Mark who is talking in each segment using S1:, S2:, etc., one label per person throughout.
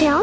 S1: 聊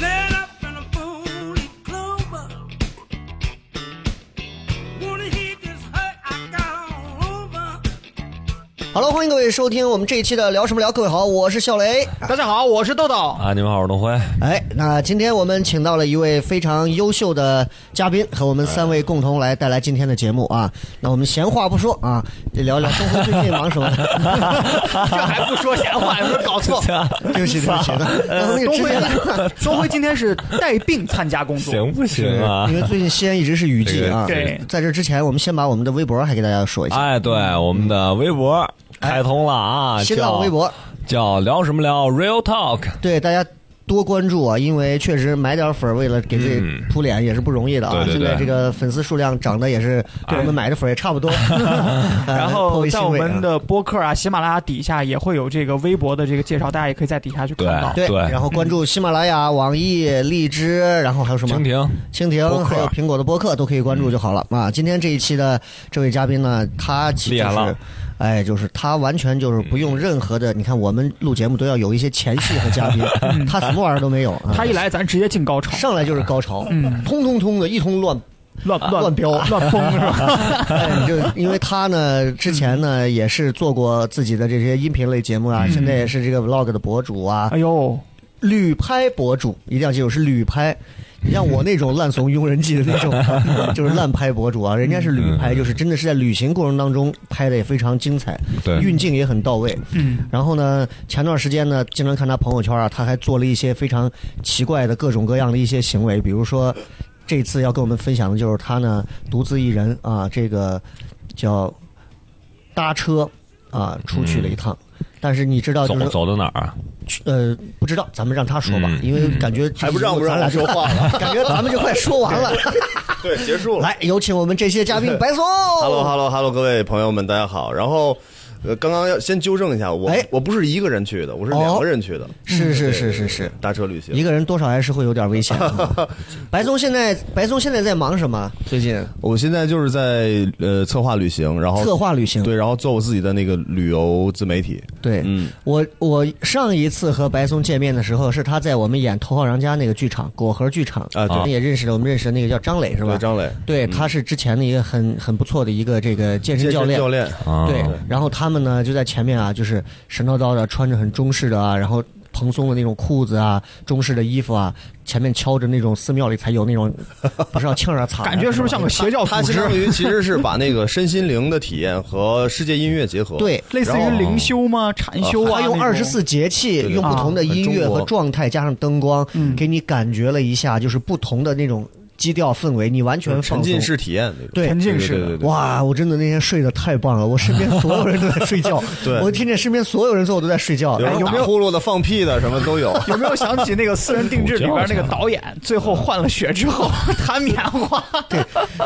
S2: Lit up in a bully clover. Wanna hear this hurt I got all over.
S3: 好了，欢迎各位收听我们这一期的聊什么聊。各位好，我是笑雷。
S4: 大家好，我是豆豆。
S5: 啊，你们好，我是东辉。
S3: 哎，那今天我们请到了一位非常优秀的嘉宾，和我们三位共同来带来今天的节目啊。那我们闲话不说啊，聊聊东辉最近忙什么？
S4: 这还不说闲话，有没有搞错？ 呃
S3: 对不起，对不起， 那我们给
S4: 东
S3: 直
S4: 辉
S3: 接来。，
S4: 东辉今天是带病参加工作。
S5: 行不行啊
S3: 因？为最近西安一直是雨季啊。
S4: 这个对
S3: 在这之前，我们先把我们的微博还给大家说一下。
S5: 哎，对，我们的微博开通了啊，
S3: 嗯新浪微博，
S5: 叫叫聊什么聊 Real Talk。
S3: 对大家多关注啊，因为确实买点粉儿，为了给自己
S5: 嗯
S3: 铺脸也是不容易的啊。
S5: 对对
S3: 现在这
S5: 对
S3: 个粉丝数量涨得也是啊跟我们买的粉儿也差不 多。呃然
S4: 然后在我们的播客啊、喜马拉雅底下也会有这个微博的这个介绍，大家也可以在底下去看到。
S3: 对，
S5: 对
S3: 然后关注喜马拉雅、网易、荔枝，然后还有什么
S5: 蜻？蜓，
S3: 蜻蜓
S5: 播客
S3: 还有苹果的播客都可以关注就好了
S4: 嗯
S3: 啊！今天这一期的这位嘉宾呢，他其实
S5: 厉害
S3: 是
S5: 了，
S3: 哎，就是他完全就是不用任何
S4: 嗯
S3: 的，你看我们录节目都要有一些前戏和嘉宾， 他什么玩意儿都没有，啊
S4: 他一来，咱直接进高潮，
S3: 上来就是高潮，
S4: 嗯
S3: 通通通的一通乱
S4: 乱乱
S3: 啊乱飙
S4: 乱崩是吧？
S3: 哎，就因为他呢，之前呢也是做过自己的这些音频类节目啊，现在也是这个 vlog 的博主啊
S4: 哎，呦，
S3: 旅拍博主，一定要记住是旅拍。你像我那种烂怂庸人记的那种，就是烂拍博主啊，人家是旅拍，就是真的是在旅行过程当中拍的也非常精彩，
S5: 对
S3: 运镜也很到位。
S4: 嗯，
S3: 然后呢，前段时间呢，经常看他朋友圈啊，他还做了一些非常奇怪的各种各样的一些行为，比如说这次要跟我们分享的就是他呢独自一人啊，这个叫搭车啊出去了
S6: 嗯
S3: 一趟。但是你知道，
S5: 走
S3: 就是
S5: 走到哪儿啊？
S3: 呃，不知道，咱们让他说吧，
S5: 嗯
S3: 因为感觉
S6: 还不让不让
S3: 咱俩就
S6: 我说话
S3: 了， 感觉咱们就快说完了。
S6: 对，结束了。
S3: 来，有请我们这期的嘉宾白松。
S6: Hello，Hello，Hello，各位朋友们，大家好。然后，呃，刚刚要先纠正一下，我
S3: 哎
S6: 我不是一个人去的，我是两个人去的，
S3: 是是是是是，
S6: 搭车旅行
S3: 一。个人多少还是会有点危险 的。白松现在，白松现在在忙什么？最近
S6: 我现在就是在呃策划旅行，然
S3: 策
S6: 后
S3: 划旅行。
S6: 对，然后做我自己的那个旅游自媒体。
S3: 对，
S6: 嗯，
S3: 我我上一次和白松见面的时候，是他在我们演《头号玩家》那个剧场果核剧场
S6: 啊对
S3: 我们也认识了，我们认识的那个叫张磊是吧？
S6: 对，张磊，嗯
S3: 对，他是之前的一个很很不错的一个这个健身
S6: 健
S3: 教
S6: 身
S3: 练。
S6: 教练，
S5: 啊，
S3: 对，然后他们呢就在前面啊，就是神叨叨的，穿着很中式的啊，然后蓬松的那种裤子啊，中式的衣服啊，前面敲着那种寺庙里才有那种，不知道 庆儿擦，
S4: 感觉是不是像个邪教
S6: 他
S4: 组
S6: 相
S4: 织，
S6: 当于其实是把那个身心灵的体验和世界音乐结合。
S3: 对，
S4: 类似于灵修吗？禅修
S3: 他用
S4: 啊？那种
S3: 呃二十四节气，
S6: 对对
S3: 用不同的音乐
S6: 啊
S3: 和状态，加上灯光，给你感觉了一下，就是不同的那种基调氛围，你完全
S6: 就是
S3: 放
S6: 沉
S3: 松
S6: 浸式体验那种。
S3: 对
S4: 沉浸
S6: 对
S4: 式
S6: 对
S4: 的
S6: 对对，
S3: 哇，我真的那天睡得太棒了，我身边所有人都在睡觉
S6: 对，
S3: 我听见身边所有人说我都在睡觉，
S6: 有人
S3: 然后
S6: 打呼噜的、放屁的，什么都有。
S4: 有没有想起那个私人定制里边那个导演，最后换了血之后 弹棉花？
S3: 对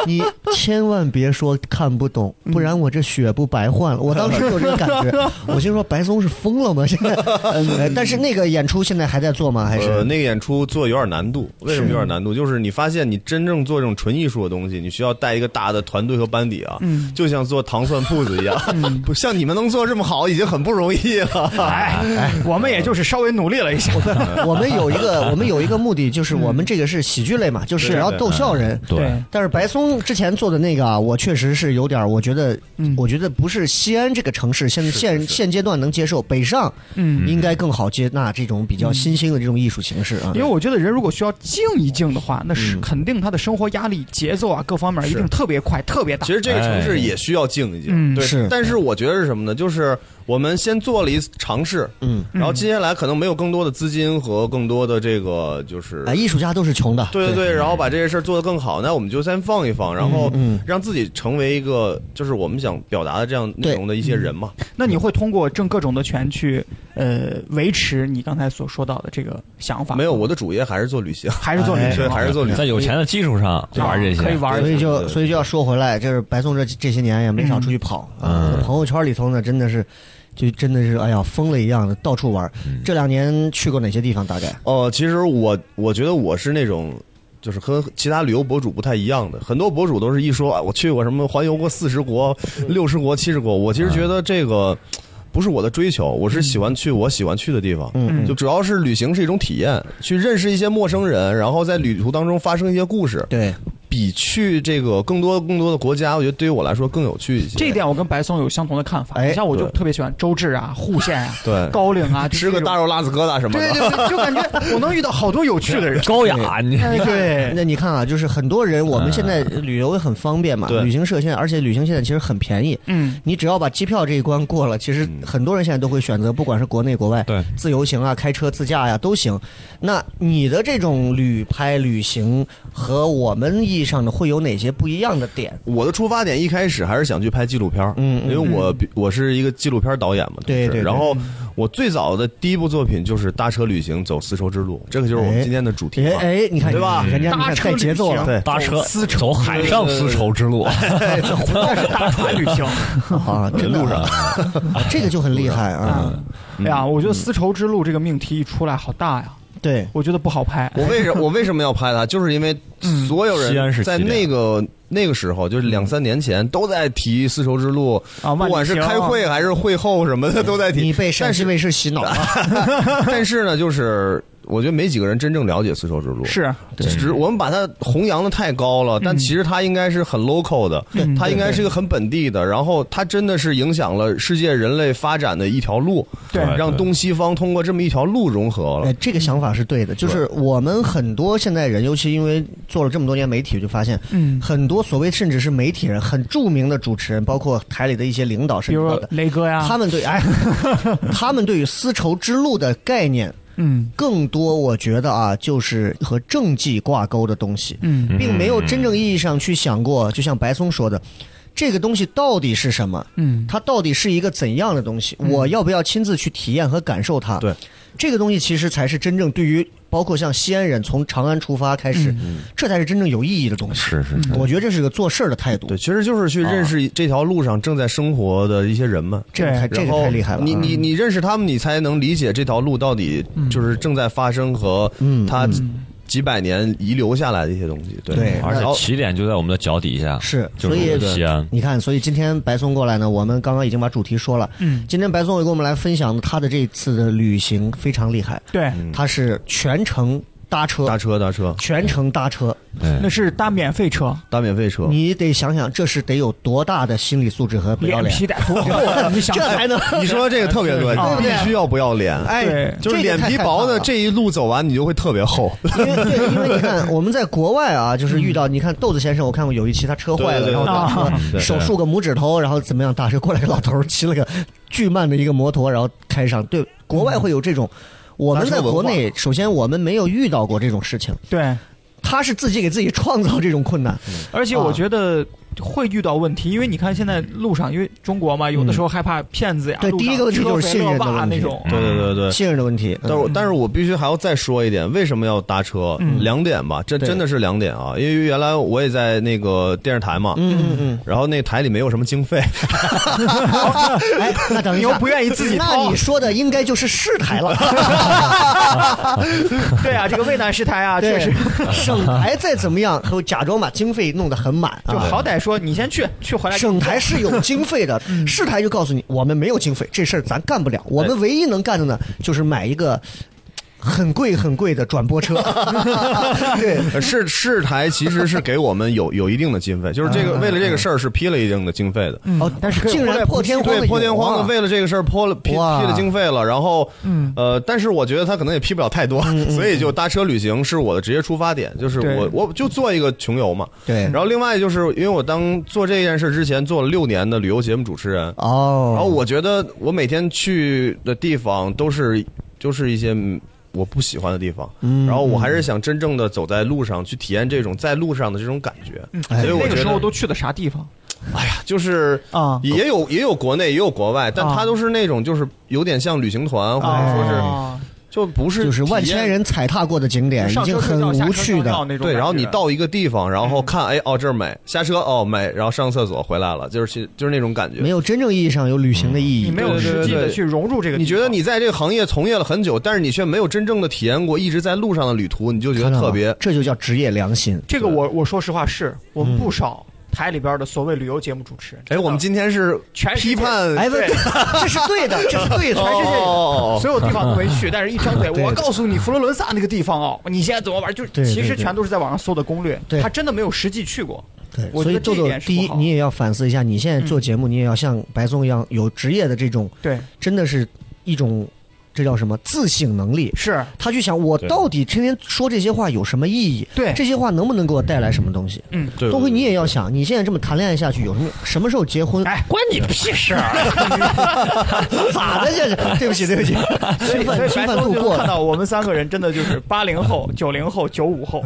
S3: 你千万别说看不懂，不然我这血不白换了。我当时有这个感觉，我心说白松是疯了吗？现在，呃但是那个演出现在还在做吗？还
S6: 呃，
S3: 是
S6: 那个演出做有点难度，为什么有点难度？就是你发现你真正做这种纯艺术的东西，你需要带一个大的团队和班底啊，就像做糖蒜铺子一样， 不像你们能做这么好已经很不容易 了。
S4: 哎，我们也就是稍微努力了 一下。
S3: 我们有一个我们有一个目的，就是我们这个是喜剧类嘛，就是要逗笑人。
S5: 对，
S3: 但是白松之前做的那个啊，我确实是有点儿，我觉得，我觉得不是西安这个城市现现现阶段能接受，北上
S4: 嗯
S3: 应该更好接纳这种比较新兴的这种艺术形式啊。
S4: 因为我觉得人如果需要静一静的话，那是
S6: 嗯
S4: 肯定他的生活压力、节奏啊各方面一定特别快、特别大
S6: 哎其。实这个城市也需要静一
S4: 嗯
S6: 静，对
S3: 是。
S6: 但是我觉得是什么呢？就是我们先做了一尝试，
S3: 嗯，
S6: 然后接下来可能没有更多的资金和更多的这个就是
S3: 啊，艺术家都是穷的，
S6: 对对对，然后把这些事儿做得更好，那我们就先放一放，然后让自己成为一个就是我们想表达的这样内容的一些人嘛。
S4: 那你会通过挣各种的钱去呃维持你刚才所说到的这个想法？
S6: 没有，，我的主业还是做旅行，
S4: 还是做旅行
S6: 对，
S4: 吗，
S6: 还是做旅
S5: 嗯在
S6: 行。
S5: 有钱的基础上玩这些，。
S4: 可以玩
S3: 所
S4: 一
S3: 以
S4: 下。
S3: 就所以就要说回来，就是白松这这些年也没少出去跑，啊朋友圈里头呢真的是，就真的是哎呀疯了一样的到处玩。这两年去过哪些地方？大概
S6: 哦，其实我我觉得我是那种。就是和其他旅游博主不太一样的，很多博主都是一说啊，我去过什么环游过四十国、六十国、七十国，我其实觉得这个不是我的追求，我是喜欢去我喜欢去的地方。
S3: 嗯
S6: 就主要是旅行是一种体验，去认识一些陌生人，然后在旅途当中发生一些故事，
S3: 对，
S6: 比去这个更多更多的国家，我觉得对于我来说更有趣一些。
S4: 这一点我跟白松有相同的看法。
S3: 哎
S4: 你像我就
S6: 对
S4: 特别喜欢周至啊、户县啊、
S6: 对
S4: 高岭啊，就是
S6: 吃个
S4: 这种
S6: 大肉辣子疙瘩什么
S4: 对
S6: 的，
S4: 对对，就感觉我能遇到好多有趣的 人
S5: 高雅，你
S4: 哎对，
S3: 那你看啊，就是很多人我们现在旅游也很方便嘛，
S6: 对
S3: 旅行社现在而且旅行现在其实很便宜，
S4: 嗯，
S3: 你只要把机票这一关过了，其实很多人现在都会选择，不管是国内国外，
S5: 对
S3: 自由行啊、开车自驾呀、都行。那你的这种旅拍旅行和我们意义上的会有哪些不一样的点？
S6: 我的出发点一开始还是想去拍纪录片儿，
S3: 嗯嗯
S6: 因为我我是一个纪录片导演嘛，同
S3: 对
S6: 时
S3: 对对
S6: 然后我最早的第一部作品就是搭车旅行走丝绸之路，这个就是我
S3: 哎
S6: 们今天的主题
S3: 哎
S6: 嘛。
S3: 哎，你看
S6: 对吧
S3: 人家你
S4: 搭
S3: 看
S4: 车
S3: 带节奏
S4: 旅
S3: 了哎
S4: 行，
S6: 对
S5: 搭车
S4: 丝绸
S5: 走海上丝绸之路，
S4: 那是大船 旅行。
S3: 啊，这路上、 啊这个就很厉害啊，
S6: 嗯
S4: 哎呀，我觉得丝绸之路这个命题一出来，好大呀！
S3: 对。
S4: 我觉得不好拍。
S6: 我 为什我为什么要拍它？就是因为
S3: 嗯
S6: 所有
S5: 西安
S6: 人
S5: 是
S6: 在
S5: 起点
S6: 那个那个时候，就是两三年前都在提丝绸之路，
S4: 啊万里
S6: 不管是
S4: 行
S6: 开会还是会后什么的都在提。
S3: 你被陕
S6: 但
S3: 西
S6: 是
S3: 卫视洗脑了，
S6: 但是呢，就是我觉得没几个人真正了解丝绸之路。
S4: 是，啊
S6: 只我们把它弘扬的太高了，但其实它应该是很 local 的，它应该是一个很本地的，然后它真的是影响了世界人类发展的一条路，
S4: 对
S6: 让东西方通过这么一条路融合
S3: 哎
S6: 了，，
S3: 这个想法是对的，就是我们很多现代人，尤其因为做了这么多年媒体，就发现，
S4: 嗯
S3: 很多所谓甚至是媒体人，很著名的主持人，包括台里的一些领导，
S4: 比
S3: 甚至
S4: 如啊
S3: 到
S4: 说雷哥呀，
S3: 他们对 哎，他们对于丝绸之路的概念，
S4: 嗯
S3: 更多我觉得啊，就是和政绩挂钩的东西，
S4: 嗯
S3: 并没有真正意义上去想过，就像白松说的，这个东西到底是什么？
S4: 嗯，
S3: 它到底是一个怎样的东西？我要不要亲自去体验和感受它？
S6: 对，
S3: 这个东西其实才是真正对于包括像西安人从长安出发开始，这才是真正有意义的东西。
S5: 是是，
S3: 我觉得这是个做事儿的态度
S6: 对，，其实就是去认识这条路上正在生活的一些人们。
S3: 这个太
S4: 对
S3: 这个
S6: 然后
S3: 太厉害了啊。
S6: 你你你认识他们，你才能理解这条路到底
S3: 嗯
S6: 就是正在发生和它几百年遗留下来的一些东西。对
S3: 对
S5: 而
S6: 然
S5: 且
S6: 后
S5: 起点就在我们的脚底下，
S3: 是
S5: 就是
S3: 所以
S5: 我们西安，
S3: 你看，所以今天白松过来呢，我们刚刚已经把主题说了。
S4: 嗯
S3: 今天白松也跟我们来分享他的这次的旅行非常厉害，
S4: 对，
S5: 嗯
S3: 他是全程搭车，
S6: 搭车搭车
S3: 全程搭车，
S4: 那是搭免费车，
S6: 搭免费车，
S5: 嗯
S3: 你得想想这是得有多大的心理素质和不要
S4: 脸
S3: 脸，
S4: 皮得多厚啊！你想
S3: 这才能。
S6: 你说这个特别 对，
S4: 对不
S6: 必
S3: 对
S6: 须要不要脸，
S3: 哎
S4: 对，
S6: 就是脸皮薄的
S3: 这
S6: 这一路走完，你就会特别厚。
S3: 个太害怕 了，因为对，因为你看我们在国外啊，就是遇到你看豆子先生，我看过有一期他车坏了，
S6: 嗯对对对啊
S3: 然后搭
S6: 对
S3: 车
S6: 对
S3: 手竖个拇指头，然后怎么样打车过来， 老头儿骑了个巨慢的一个摩托，然后开上。对，国
S6: 嗯
S3: 外会有这种，我们在国内，首先我们没有遇到过这种事情，
S4: 对，
S3: 他是自己给自己创造这种困难。
S6: 嗯
S4: 而且我觉得会遇到问题，因为你看现在路上，因为中国嘛，有的时候害怕骗子呀。
S3: 对
S4: 路上
S3: 第一个问题就是信任的
S4: 车匪恶霸
S3: 问题
S4: 那种。
S6: 对对对对。
S3: 信任的问题，
S6: 但是我，但是我必须还要再说一点，为什么要搭车？两点吧，这
S3: 对
S6: 真的是两点啊！因为原来我也在那个电视台嘛，
S3: 嗯嗯嗯，
S6: 然后那台里没有什么经 费，
S3: 哎，那等一
S4: 你
S3: 下
S4: 又，不愿意自己
S3: 那
S4: 掏
S3: 你，说的应该就是试台 了，
S4: 对啊，这个渭南石台啊，确
S3: 对
S4: 实，
S3: 省台再怎么样，都假装把经费弄得很满啊。
S4: 就好歹说你先去，去回来给
S3: 省
S4: 你
S3: 台是有经费的，市台就告诉你，我们没有经费，这事儿咱干不了。我们唯一能干的呢，就是买一个。很贵很贵的转播车。对，
S6: 呃市市台其实是给我们有有一定的经费，就是这个为了这个事儿是批了一定的经费的。
S3: 哦，但是竟然破天荒的
S6: 对，破天荒的
S3: 的
S6: 为了这个事儿破了批批
S3: 哇嗯
S6: 了经费了，然后，呃，但是我觉得他可能也批不了太多， 所以就搭车旅行是我的职业出发点，就是
S4: 对
S6: 我我就做一个穷游嘛。
S3: 对
S6: 然后另外就是因为我当做这件事之前做了六年的旅游节目主持人，
S3: 哦，
S6: 然后我觉得我每天去的地方都是就是一些嗯我不喜欢的地方，
S3: 嗯
S6: 然后我还是想真正的走在路上去体验这种在路上的这种感觉，
S3: 嗯
S6: 所
S3: 哎
S6: 以我
S4: 那个
S6: 觉
S4: 时候
S6: 得
S4: 都去的啥地方
S6: 就是
S4: 啊？
S6: 也有也有国内也有国外，但
S4: 啊
S6: 它都是那种就是有点像旅行团，或者说是
S4: 啊
S6: 就不是
S3: 哎就是万
S6: 体验
S3: 千。人踩踏过的景点，已
S4: 上
S3: 经
S4: 车睡
S3: 很
S4: 觉下
S3: 无
S4: 车
S3: 趣
S4: 睡觉
S3: 的。
S4: 那种感觉。
S6: 对，然后你到一个地方，然后看，哎，哦，这儿美，下车，哦，美，然后上厕所回来了，就是其就是那种感觉
S3: 没。有真正意义上有旅行的意义
S4: 你，没有
S6: 对对
S4: 实际
S6: 对
S4: 的
S6: 对
S4: 去融入这个地方，
S6: 你觉得你在这个行业从业了很久，但是你却没有真正的体验过一直在路上的旅途，你就觉
S3: 看
S6: 得
S3: 到吗
S6: 特别
S3: 这就叫职业良心。
S4: 这个我我说实话是我们不少台里边的所谓旅游节目主持人，
S6: 哎，我们今天是
S4: 全世界
S6: 批判
S3: 哎，不，这是对的，这是对的。
S4: 全世界
S6: 哦
S4: 所有地方都没去，但是一张嘴，
S3: 对
S4: 我告诉你佛罗伦萨那个地方哦，你现在怎么玩？就是
S3: 对对
S4: 其实
S3: 对
S4: 全都是在网上搜的攻略
S3: 对，
S4: 他真的没有实际去过。
S3: 对，
S4: 我
S3: 所
S4: 觉
S3: 以
S4: 得
S3: 豆
S4: 这一
S3: 豆，
S4: 点是
S3: 第一
S4: 不，好嗯
S3: 你也要反思一下，你现在做节目，你也要像白松一样有职业的这种，
S4: 对，
S3: 真的是一种，这叫什么自省能力。
S4: 是
S3: 他去想，我到底天天说这些话有什么意义？
S4: 对
S3: 这些话能不能给我带来什么东西？
S6: 对
S3: 东辉，你也要想，你现在这么谈恋爱下去，有什么什么时候结 婚？
S4: 哎
S5: 关你屁事儿！
S3: 咋的这是？对不起，对不 起，
S4: 所
S3: 兴
S4: 以所
S3: 奋
S4: 以
S3: 兴
S4: 白
S3: 奋度
S4: 松就
S3: 过
S4: 能
S3: 了。
S4: 看到我们三个人真的就是八零后、九零后、九五后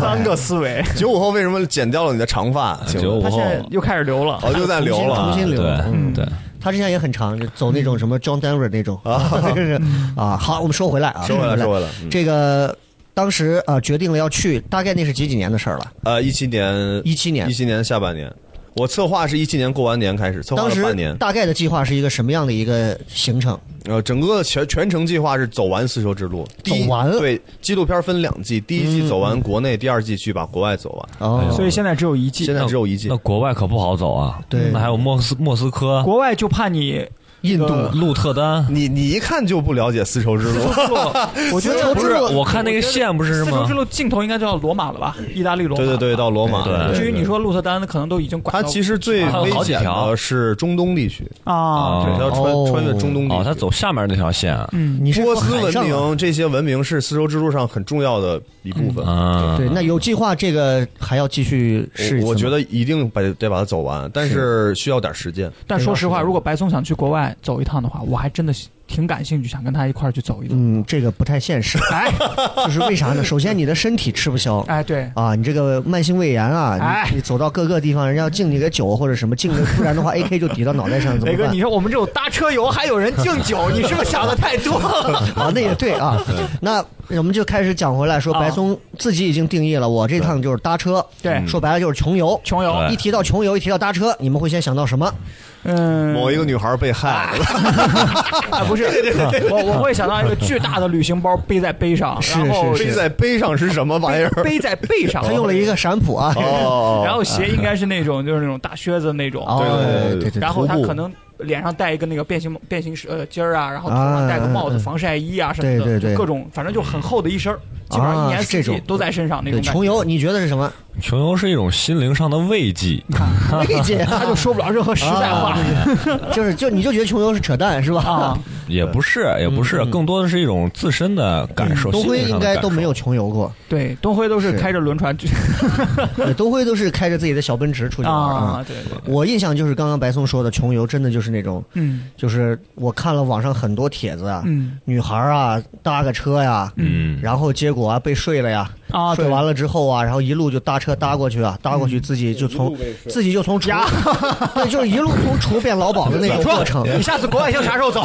S4: 三个思维，
S6: 九五后为什么剪掉了你的长发？请问
S5: 95
S4: 他现在又开始留了。
S6: 哦，又在留了
S3: 重
S6: 啊
S3: 新。留
S5: 对
S3: 了嗯
S5: 对，
S3: 他之前也很长，就走那种什么 John Denver 那种啊， 就是啊。好，我们说回来啊，
S6: 收回来，收回
S3: 来。
S6: 来。嗯
S3: 这个当时啊，决定了要去，大概那是几几年的事儿了？
S6: 呃，一七年，
S3: 一七年
S6: 一。七年下半年，我策划是一七年过完年开始策划
S3: 当
S6: 了半
S3: 时
S6: 年，
S3: 大概的计划是一个什么样的一个行程？
S6: 呃，整个全全程计划是走完丝绸之路，第一
S3: 走完嗯
S6: 对，纪录片分两季，第一季走完国内，第二季去把国外走完，
S3: 哦，
S4: 所以现在只有一季
S6: 现，在只有一季
S5: 那。国外可不好走啊，
S3: 对
S5: 那还有莫斯莫斯科、
S4: 国外就怕你
S3: 印度
S4: 呃
S5: 鹿特 丹。
S6: 你你一看就不了解丝绸之 路，
S4: 我觉得
S3: 丝绸之路
S5: 我看那个线不是
S4: 丝绸
S5: 吗
S4: 之？路尽头应该就到罗马了吧？意大利罗马。
S6: 对对对，到罗马。
S5: 对对
S6: 对
S4: 至于
S6: 对
S4: 你说鹿特丹，可能都已经管
S6: 它
S4: 到
S6: 其实最
S5: 它有
S6: 危
S5: 好几
S6: 险
S5: 条
S6: 的是中东地区，
S4: 啊，
S5: 啊
S6: 对，它要
S3: 哦
S6: 穿穿越中东地
S5: 哦，
S6: 区。
S5: 他走下面那条线啊。
S3: 你是
S6: 波斯
S3: 海
S6: 文
S3: 上啊
S6: 明这些文明是丝绸之路上很重要的一部分。
S5: 啊，
S3: 嗯对，那有计划这个还要继续试一次
S6: 我我觉
S3: 吗
S6: 得一定把得把它走完，但是需要点时间。
S4: 但说实
S3: 对
S4: 话，
S3: 吧
S4: 如果白松想去国外走一趟的话，我还真的挺感兴趣，想跟他一块儿去走一走。
S3: 嗯，这个不太现 实。
S4: 哎
S3: 就是为啥呢？首先你的身体吃不消。
S4: 哎，对，
S3: 啊，你这个慢性胃炎啊，
S4: 哎
S3: 你你走到各个地方，人家要敬你个酒或者什么敬个，不然的 话 AK 就抵到脑袋上，怎
S4: 雷
S3: 么
S4: 哥，
S3: 办
S4: 你？说我们这种搭车游还有人敬酒，你是不是想的太多了？
S3: 啊，那也对啊。那我们就开始讲回来，说
S4: 啊
S3: 白松自己已经定义了，我这趟就是搭车，
S4: 对
S3: 说白了就是穷游。
S4: 穷游，
S5: 对
S3: 一提到穷游，一提到搭车，你们会先想到什么？
S4: 嗯，
S6: 某一个女孩被害了，
S4: 啊，不是，我我会想到一个巨大的旅行包背在背上，
S3: 是
S4: 然后
S3: 是
S6: 背在背上是什么玩意儿？
S4: 背在背上，
S3: 他用了一个闪谱啊，
S6: 哦，
S4: 然后鞋应该是那种就是那种大靴子那种，
S3: 哦，
S6: 对对对对
S3: 对，
S4: 然后他
S6: 徒步
S4: 可能脸上戴一个那个变形变形石呃尖儿啊，然后头上戴个帽
S3: 啊嗯
S4: 子、
S3: 嗯
S4: 防晒衣啊什么的，
S3: 对对对啊
S4: 就各种反正就很厚的一身儿，基本上一年四
S3: 这
S4: 季
S3: 种
S4: 都在身上那
S3: 对
S4: 种感
S3: 穷
S4: 觉。
S3: 游，你觉得是什 么？
S5: 穷游是一种心灵上的慰藉，嗯
S3: 慰藉，
S4: 他就说不了任何实在话
S3: 啊就是就你就觉得穷游是扯淡是吧？
S4: 啊，
S5: 也不是，也不是，更多的是一种自身的感受。
S3: 东辉
S5: 心灵
S3: 应
S5: 上的
S3: 该嗯
S5: 感
S3: 都
S5: 受
S3: 没有穷游过，
S4: 对，东辉都是
S3: 是
S4: 开着轮船去啊
S3: 对东辉都是开着自己的小奔驰出去玩儿
S4: 啊，
S3: 啊。
S4: 对对，
S3: 我印象就是刚刚白松说的穷游，真的就是那种，
S4: 嗯
S3: 就是我看了网上很多帖子啊，
S4: 嗯
S3: 女孩儿啊搭个车呀，
S5: 嗯，
S3: 然后结果啊被睡了呀，
S4: 啊，
S3: 睡
S4: 对，嗯
S3: 完了之后啊，然后一路就搭车搭过去啊，搭过去自己就从自己就从厨， 对，就是一路从厨变老鸨的 那种过程。
S4: 你下次国外行啥时候走？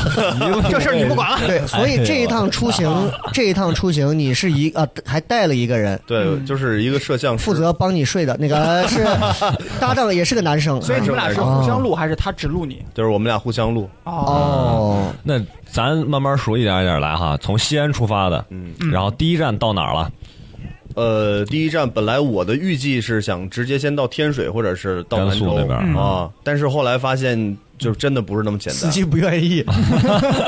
S4: 这事儿你不管了。哎
S3: 对，所以这一趟出行，这一趟出行你是一啊，还带了一个人，
S6: 对，就是一个摄像师
S3: 负责帮你睡的那个 是搭档，也是个男生。
S4: 所以你们俩是互相
S3: 录
S4: 录还是他只录你？
S6: 就是我们俩互相录，
S4: 哦，
S3: 哦，
S5: 那咱慢慢数一点一点来哈，从西安出发的，嗯，然后第一站到哪儿了？
S6: 呃，第一站本来我的预计是想直接先到天水或者是到
S5: 甘
S6: 兰
S3: 嗯
S5: 肃
S6: 州嗯
S5: 那边哦
S6: 啊，但是后来发现就真的不是那么简
S3: 司
S6: 单。
S3: 机不愿意，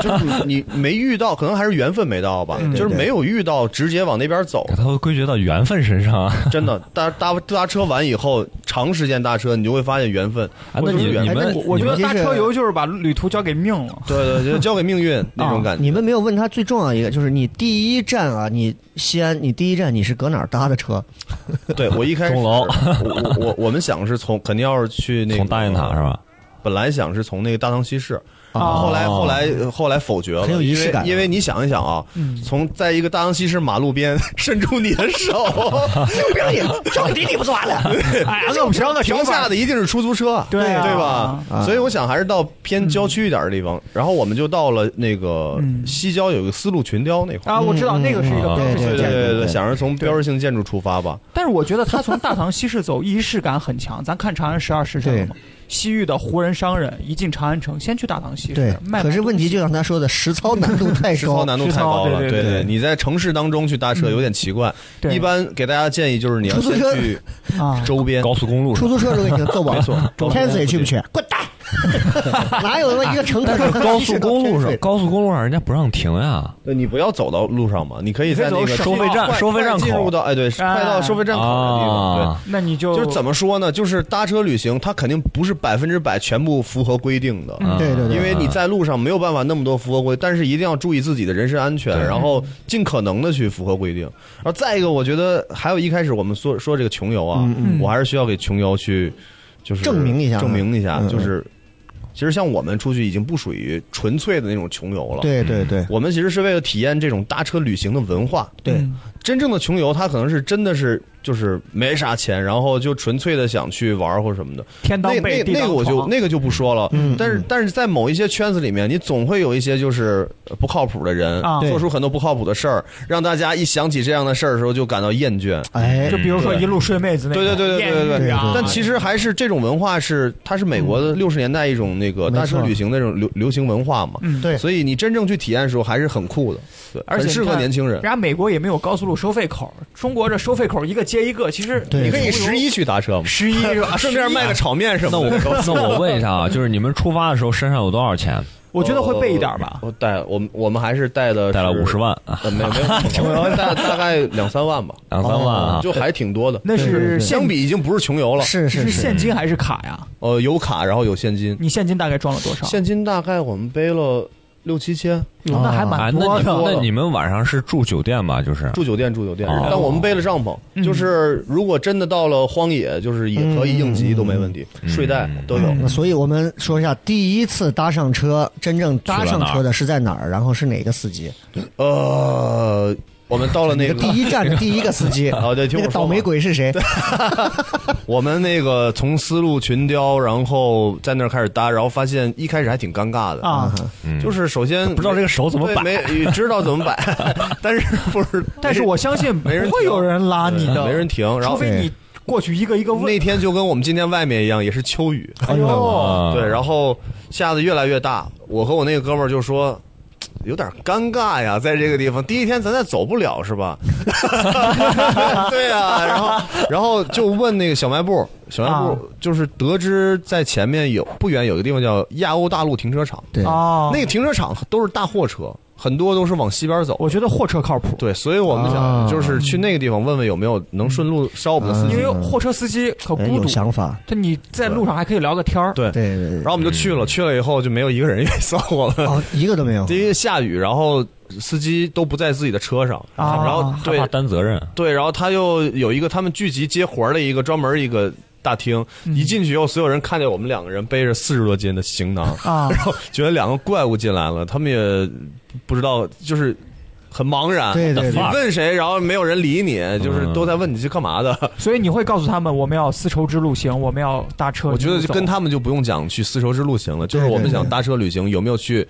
S6: 就是你没遇到，可能还是缘分没到吧，
S3: 对
S6: 就是
S3: 对
S6: 没有遇到，直接往那边走
S5: 可。他会归结到缘分身上啊。
S6: 真的，搭搭搭车完以后，长时间搭车，你就会发现缘分。
S5: 啊
S6: 我
S5: 那
S6: 就是
S5: 你
S6: 缘
S5: 你
S6: 分
S3: 哎
S5: 们
S4: 我我
S5: 你
S4: 觉
S5: 们
S4: 得
S3: 这
S4: 搭
S3: 是
S4: 车游就是把旅途交给命了。
S6: 对对，就交给命运那种感觉。
S3: 你们没有问他最重要一个，就是你第一站啊，你西安，你第一站你是搁哪儿搭的车？
S6: 对我一开始，
S5: 钟楼
S6: 我我我我们想是从肯定要是去那个
S5: 从大雁塔是？吧？
S6: 本来想是从那个大唐西市，
S4: 啊
S6: 后
S5: 哦
S6: 来后来后来否决了，
S3: 很有仪式感
S6: 因为因为你想一想啊，从在一个大唐西市马路边 伸出你的手，
S3: 不要脸，交给弟弟不就完了？
S4: 哎呀，恶不相的
S6: 停下的一定是出租车，
S4: 对啊
S6: 对吧？
S3: 啊
S6: 所以我想还是到偏郊区一点的地方，然后我们就到了那个
S4: 嗯
S6: 西郊有一个丝路群雕那块儿。
S4: 啊，我知道那个是一
S5: 嗯
S4: 个标志
S3: 对
S4: 性
S6: 对对
S4: 建
S6: 对
S4: 筑，
S6: 对
S3: 对
S6: 对，想着从标志性建筑出发吧。
S4: 但是我觉得他从大唐西市走，仪式感很强。咱看《长安十二时辰》了吗？西域的胡人商人一进长安城，先去大唐西
S3: 对
S4: 市卖。，
S3: 可是问题就像他说的，实操难度太
S6: 实操
S3: 高，
S6: 难度太高了，
S4: 实操对
S6: 对
S4: 对
S6: 对，你在城市当中去搭车有点奇怪。
S4: 对
S6: 一般给大家建议就是你要
S3: 出租
S6: 先
S3: 车
S6: 去
S4: 啊，
S6: 周边，
S5: 高速公路上
S3: 出租车都已经揍饱
S6: 没错
S3: 了，天水去不去？滚蛋！ 哪有他妈一个城市能
S5: 高速公路
S3: 上
S5: 上，高速公路上人家不让停呀。
S6: 对你不要走到路上嘛，你可以在那
S4: 你
S6: 个
S4: 可以走
S5: 收费站
S6: 快
S5: 收费站口
S6: 快进入到哎对，
S4: 哎
S6: 快到收费站口的地方，
S5: 啊
S4: 那你
S6: 对，
S4: 就
S6: 就是
S4: 么
S6: 怎么说呢？就是搭车旅行，它肯定不是百分之百全部符合规定的。
S3: 嗯 对对对
S6: 因为你在路上没有办法那么多符合规，但是一定要注意自己的人身安全，
S5: 对
S6: 然后尽可能的去符合规定。然后再一个，我觉得还有一开始我们说说这个穷游啊，我还是需要给穷游去就是
S3: 嗯证明一下
S6: 证明一下，
S3: 嗯嗯
S6: 就是其实像我们出去已经不属于纯粹的那种穷游了，
S3: 对对对
S6: 我们其实是为了体验这种搭车旅行的文化。
S3: 对，
S6: 真正的穷游，他可能是真的是就是没啥钱，然后就纯粹的想去玩儿或什么的。
S4: 天当
S6: 那
S4: 被
S6: 那
S4: 地
S6: 那
S4: 当
S6: 个我就
S4: 床
S6: 那个就不说了。
S3: 嗯
S6: 但是
S3: 嗯
S6: 但是在某一些圈子里面，你总会有一些就是不靠谱的人
S4: 啊
S6: 做出很多不靠谱的事儿，让大家一想起这样的事儿的时候就感到厌倦。
S3: 哎
S4: 就，比如说一路睡妹子那
S6: 嗯对
S4: 种
S6: 对对对对对
S4: 艳遇啊
S6: 但其实还是这种文化是它是美国的六十年代一种那个
S3: 没错
S6: 大车旅行的那种流流行文化嘛。
S4: 嗯
S3: 对
S6: 所以你真正去体验的时候还是很酷的，对，
S4: 而且
S6: 很
S4: 你
S6: 适合
S4: 看
S6: 年轻人
S4: 人。家美国也没有高速路收费口，中国这收费口一个接一个，其实
S3: 对
S6: 你可以十一去搭车 嘛，
S4: 十一啊是吧？
S6: 顺便卖个炒面什
S5: 那
S6: 么
S5: 我
S6: 的。
S5: 那我问一下啊，就是你们出发的时候身上有多少钱？
S4: 我觉得会备一点吧。
S6: 我带我们我们还是带的是
S5: 带了五十，万，啊
S6: 呃没有没有，我们带大概两三万吧，嗯
S5: 两三万啊。
S6: 就还挺多的。
S4: 那
S3: 对对
S4: 是
S3: 对
S6: 相
S4: 现
S6: 比已经不是穷游了，
S3: 是
S4: 是嗯
S3: 是
S4: 现金还是卡呀？
S6: 呃，有卡然后有现金，
S4: 你现金大概装了多少？
S6: 现金大概我们背了六七千，
S4: 哟那
S6: 哦
S4: 还
S5: 啊，
S4: 蛮
S5: 那
S4: 多
S5: 你
S4: 的。
S5: 那你们晚上是住酒店吧？就是
S6: 住酒店住酒店，
S5: 哦
S6: 但我们背了帐篷，就是如果真的到了荒野，就是也可以应急都没问题，睡袋都有。
S3: 那所以我们说一下，第一次搭上车，真正搭上车的是在哪儿？然后是哪个司 机？
S6: 呃，我们到了那个
S3: 第一站的第一个司机，
S6: 哦对听我
S3: 那
S6: 说
S3: 个倒霉鬼是谁？
S6: 我们那个从丝路群雕，然后在那儿开始搭，然后发现一开始还挺尴尬的，
S4: 啊，
S6: 就是首先
S5: 嗯不知道这个手怎么摆
S6: 对没知道怎么摆， 但是不是？
S4: 但是我相信不
S6: 没人
S4: 会有人拉你的，
S6: 没人停，然
S4: 除
S6: 后
S4: 非你过去一个一个问
S6: 那。天就跟我们今天外面一样，也是秋雨，
S4: 哎呦，
S5: 啊，
S6: 哦 对，然后下的越来越大，我和我那个哥们儿就说。有点尴尬呀，在这个地方，第一天咱再走不了是吧？ 对呀、然后然后就问那个小卖部，小卖部
S4: 啊
S6: 就是得知在前面有不远有个地方叫亚欧大陆停车场，
S3: 对，
S4: 哦，
S6: 那个停车场都是大货车，很多都是往西边走。
S4: 我觉得货车靠谱，
S6: 对，所以我们想
S3: 啊嗯
S6: 就是去那个地方问问有没有能顺路捎我们的司
S4: 因
S6: 机。
S4: 为货车司机可
S3: 哎
S4: 孤
S3: 有
S4: 独，
S3: 想法，
S4: 他你在路上还可以聊个天儿。
S6: 对
S3: 对对
S6: 然
S3: 对，
S6: 后我们就去了，去了以后就没有一个人愿意送我 们。
S3: 哦，一个都没有。
S6: 第一个下雨，然后司机都不在自己的车上，
S3: 哦
S4: 啊
S6: 然后
S4: 害
S5: 害
S6: 对
S5: 怕担责任。
S6: 对，然后他又有一个他们聚集接活儿的一个专门一个大厅，
S3: 嗯
S6: 一进去以后，所有人看见我们两个人背着四十多斤的 行囊，
S4: 啊，
S6: 然后觉得两个怪物进来了，他们也不知道，就是很茫然。
S3: 对对嗯
S6: 你
S3: 对
S6: 问谁，然后没有人理你，就是都在问你是干嘛的。
S4: 所以你会告诉他们，我们要丝绸之路行，我们要搭车。
S6: 我觉得就跟
S4: 他
S6: 他们就不用讲去丝绸之路行了，就是
S3: 对对
S6: 我们想
S3: 对
S6: 搭车旅行，有没有去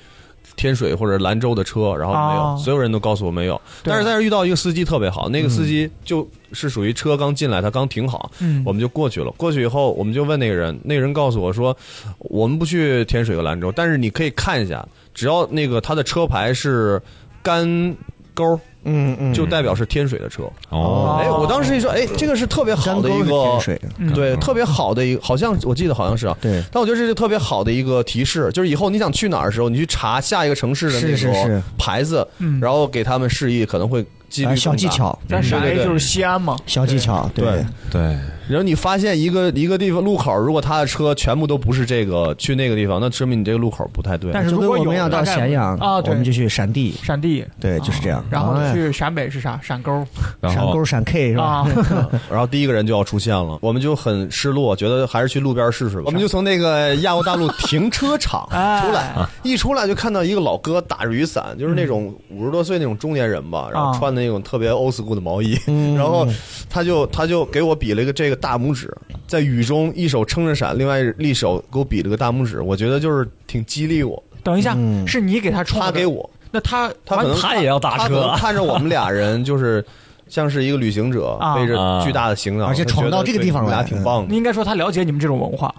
S6: 天水或者兰州的车？然后
S3: 哦
S6: 没有，
S4: 啊
S6: 所有人都告诉我没有。
S4: 对
S3: 啊
S6: 但是在这遇到一个司机特别好，那个司机就是属于车刚进来，他刚停好，
S4: 嗯
S6: 我们就过去了。过去以后，我们就问那个人，那个人告诉我说，我们不去天水和兰州，但是你可以看一下，只要那个他的车牌是干勾。
S3: 嗯嗯，
S6: 就代表是天水的车。
S5: 哦，
S6: 哎，我当时一说，哎，这个是特别好的一
S3: 山沟是天
S6: 个
S3: 水的
S4: 嗯
S6: 对，特别好的一个，好像我记得好像是啊。
S3: 对
S6: 但我觉得这是特别好的一个提示，就是以后你想去哪儿的时候，你去查下一个城市的那
S3: 是是
S6: 种
S3: 是
S6: 牌子，
S4: 嗯
S6: 然后给他们示意，可能会几率
S3: 哎
S6: 更
S3: 小技
S6: 大。
S3: 巧，
S4: 咱陕
S6: 对
S4: 西
S6: 对对
S4: 就是西安嘛，
S3: 小技巧，
S6: 对
S3: 对，
S5: 对，
S6: 然后你发现一个一个地方路口，如果他的车全部都不是这个去那个地方，那说明你这个路口不太对。
S4: 但是
S3: 就
S4: 如
S3: 跟
S4: 果
S3: 我
S4: 有
S3: 们要到
S4: 大概
S3: 咸阳
S4: 啊，
S3: 我们
S4: 对
S3: 就，去闪地，
S4: 陕地，
S6: 啊
S3: 对，就是这样。
S4: 然后
S3: 哎
S4: 去陕北是啥？陕沟
S5: 然
S3: 闪
S5: 后
S3: 沟闪 K 是吧
S4: 啊？，
S6: 然后第一个人就要出现了，我们就很失落，觉得还是去路边试试吧。我们就从那个亚欧大陆停车 场
S4: 哎
S6: 出来，一出来就看到一个老哥打着雨伞，就是那种五十多岁那种中年人吧，然后
S4: 啊
S6: 穿的那种特别 old school 的毛衣，然后他就他就给我比了一个这个大拇指，在雨中一手撑着伞，另外一手给我比了个大拇指，我觉得就是挺激励我，
S4: 等一下，是你给他冲，
S6: 他给，我。
S4: 那他
S6: 他可能
S5: 他也要搭
S6: 他可
S5: 车
S4: 啊
S6: 能看着我们俩 人就是像是一个旅行者
S4: 啊
S6: 背着巨大的行囊，
S3: 而且闯到
S6: 他觉得
S3: 这个地方
S6: 对你们俩
S3: 来
S6: 挺棒
S4: 你
S6: 的。
S4: 应该说他了解你们这种文化，